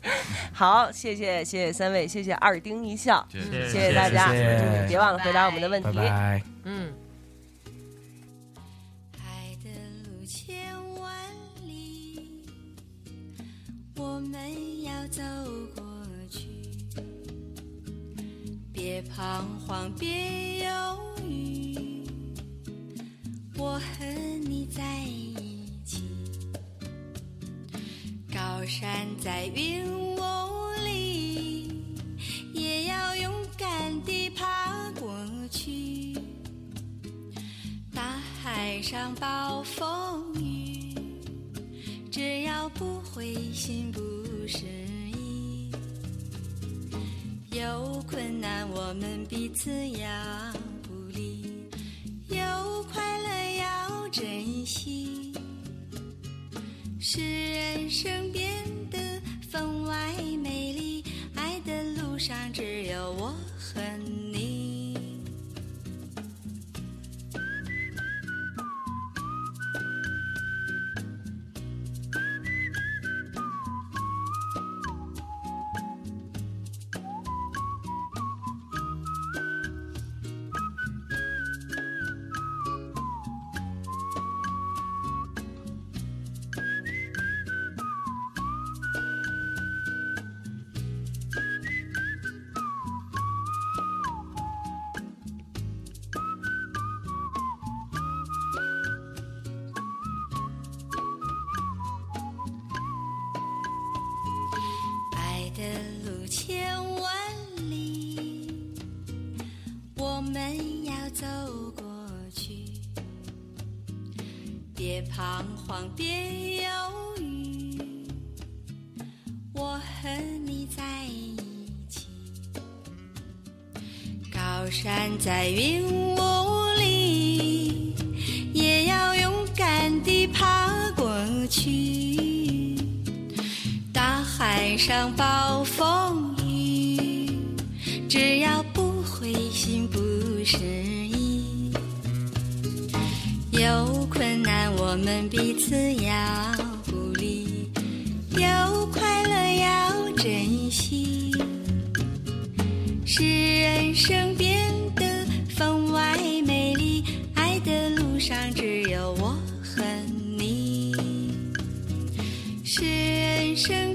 B: 好，谢谢谢谢三位，谢谢二丁一笑，
G: 谢
B: 谢
G: 谢
B: 谢大家，
G: 谢谢
B: 嗯别忘了回答我们的问题。
G: 拜拜
R: 嗯。
E: 爱的路千万里，我们要走过去。别彷徨，别犹豫，我和你在一起。高山在云雾里，也要勇敢地爬过去。大海上暴风雨，只要不灰心不失意。有困难我们彼此要鼓励，有快乐要珍惜，使人生变得分外美丽。爱的路上只有我和你。爱的路千万里，我们要走过去。别彷徨，别犹豫，我和你在一起。高山在云雾里，也要勇敢地爬过去。大海上暴风雨，只要不灰心不失意。有困难我们彼此要鼓励，有快乐要珍惜，使人生变得分外美丽。爱的路上只有我和你。是人生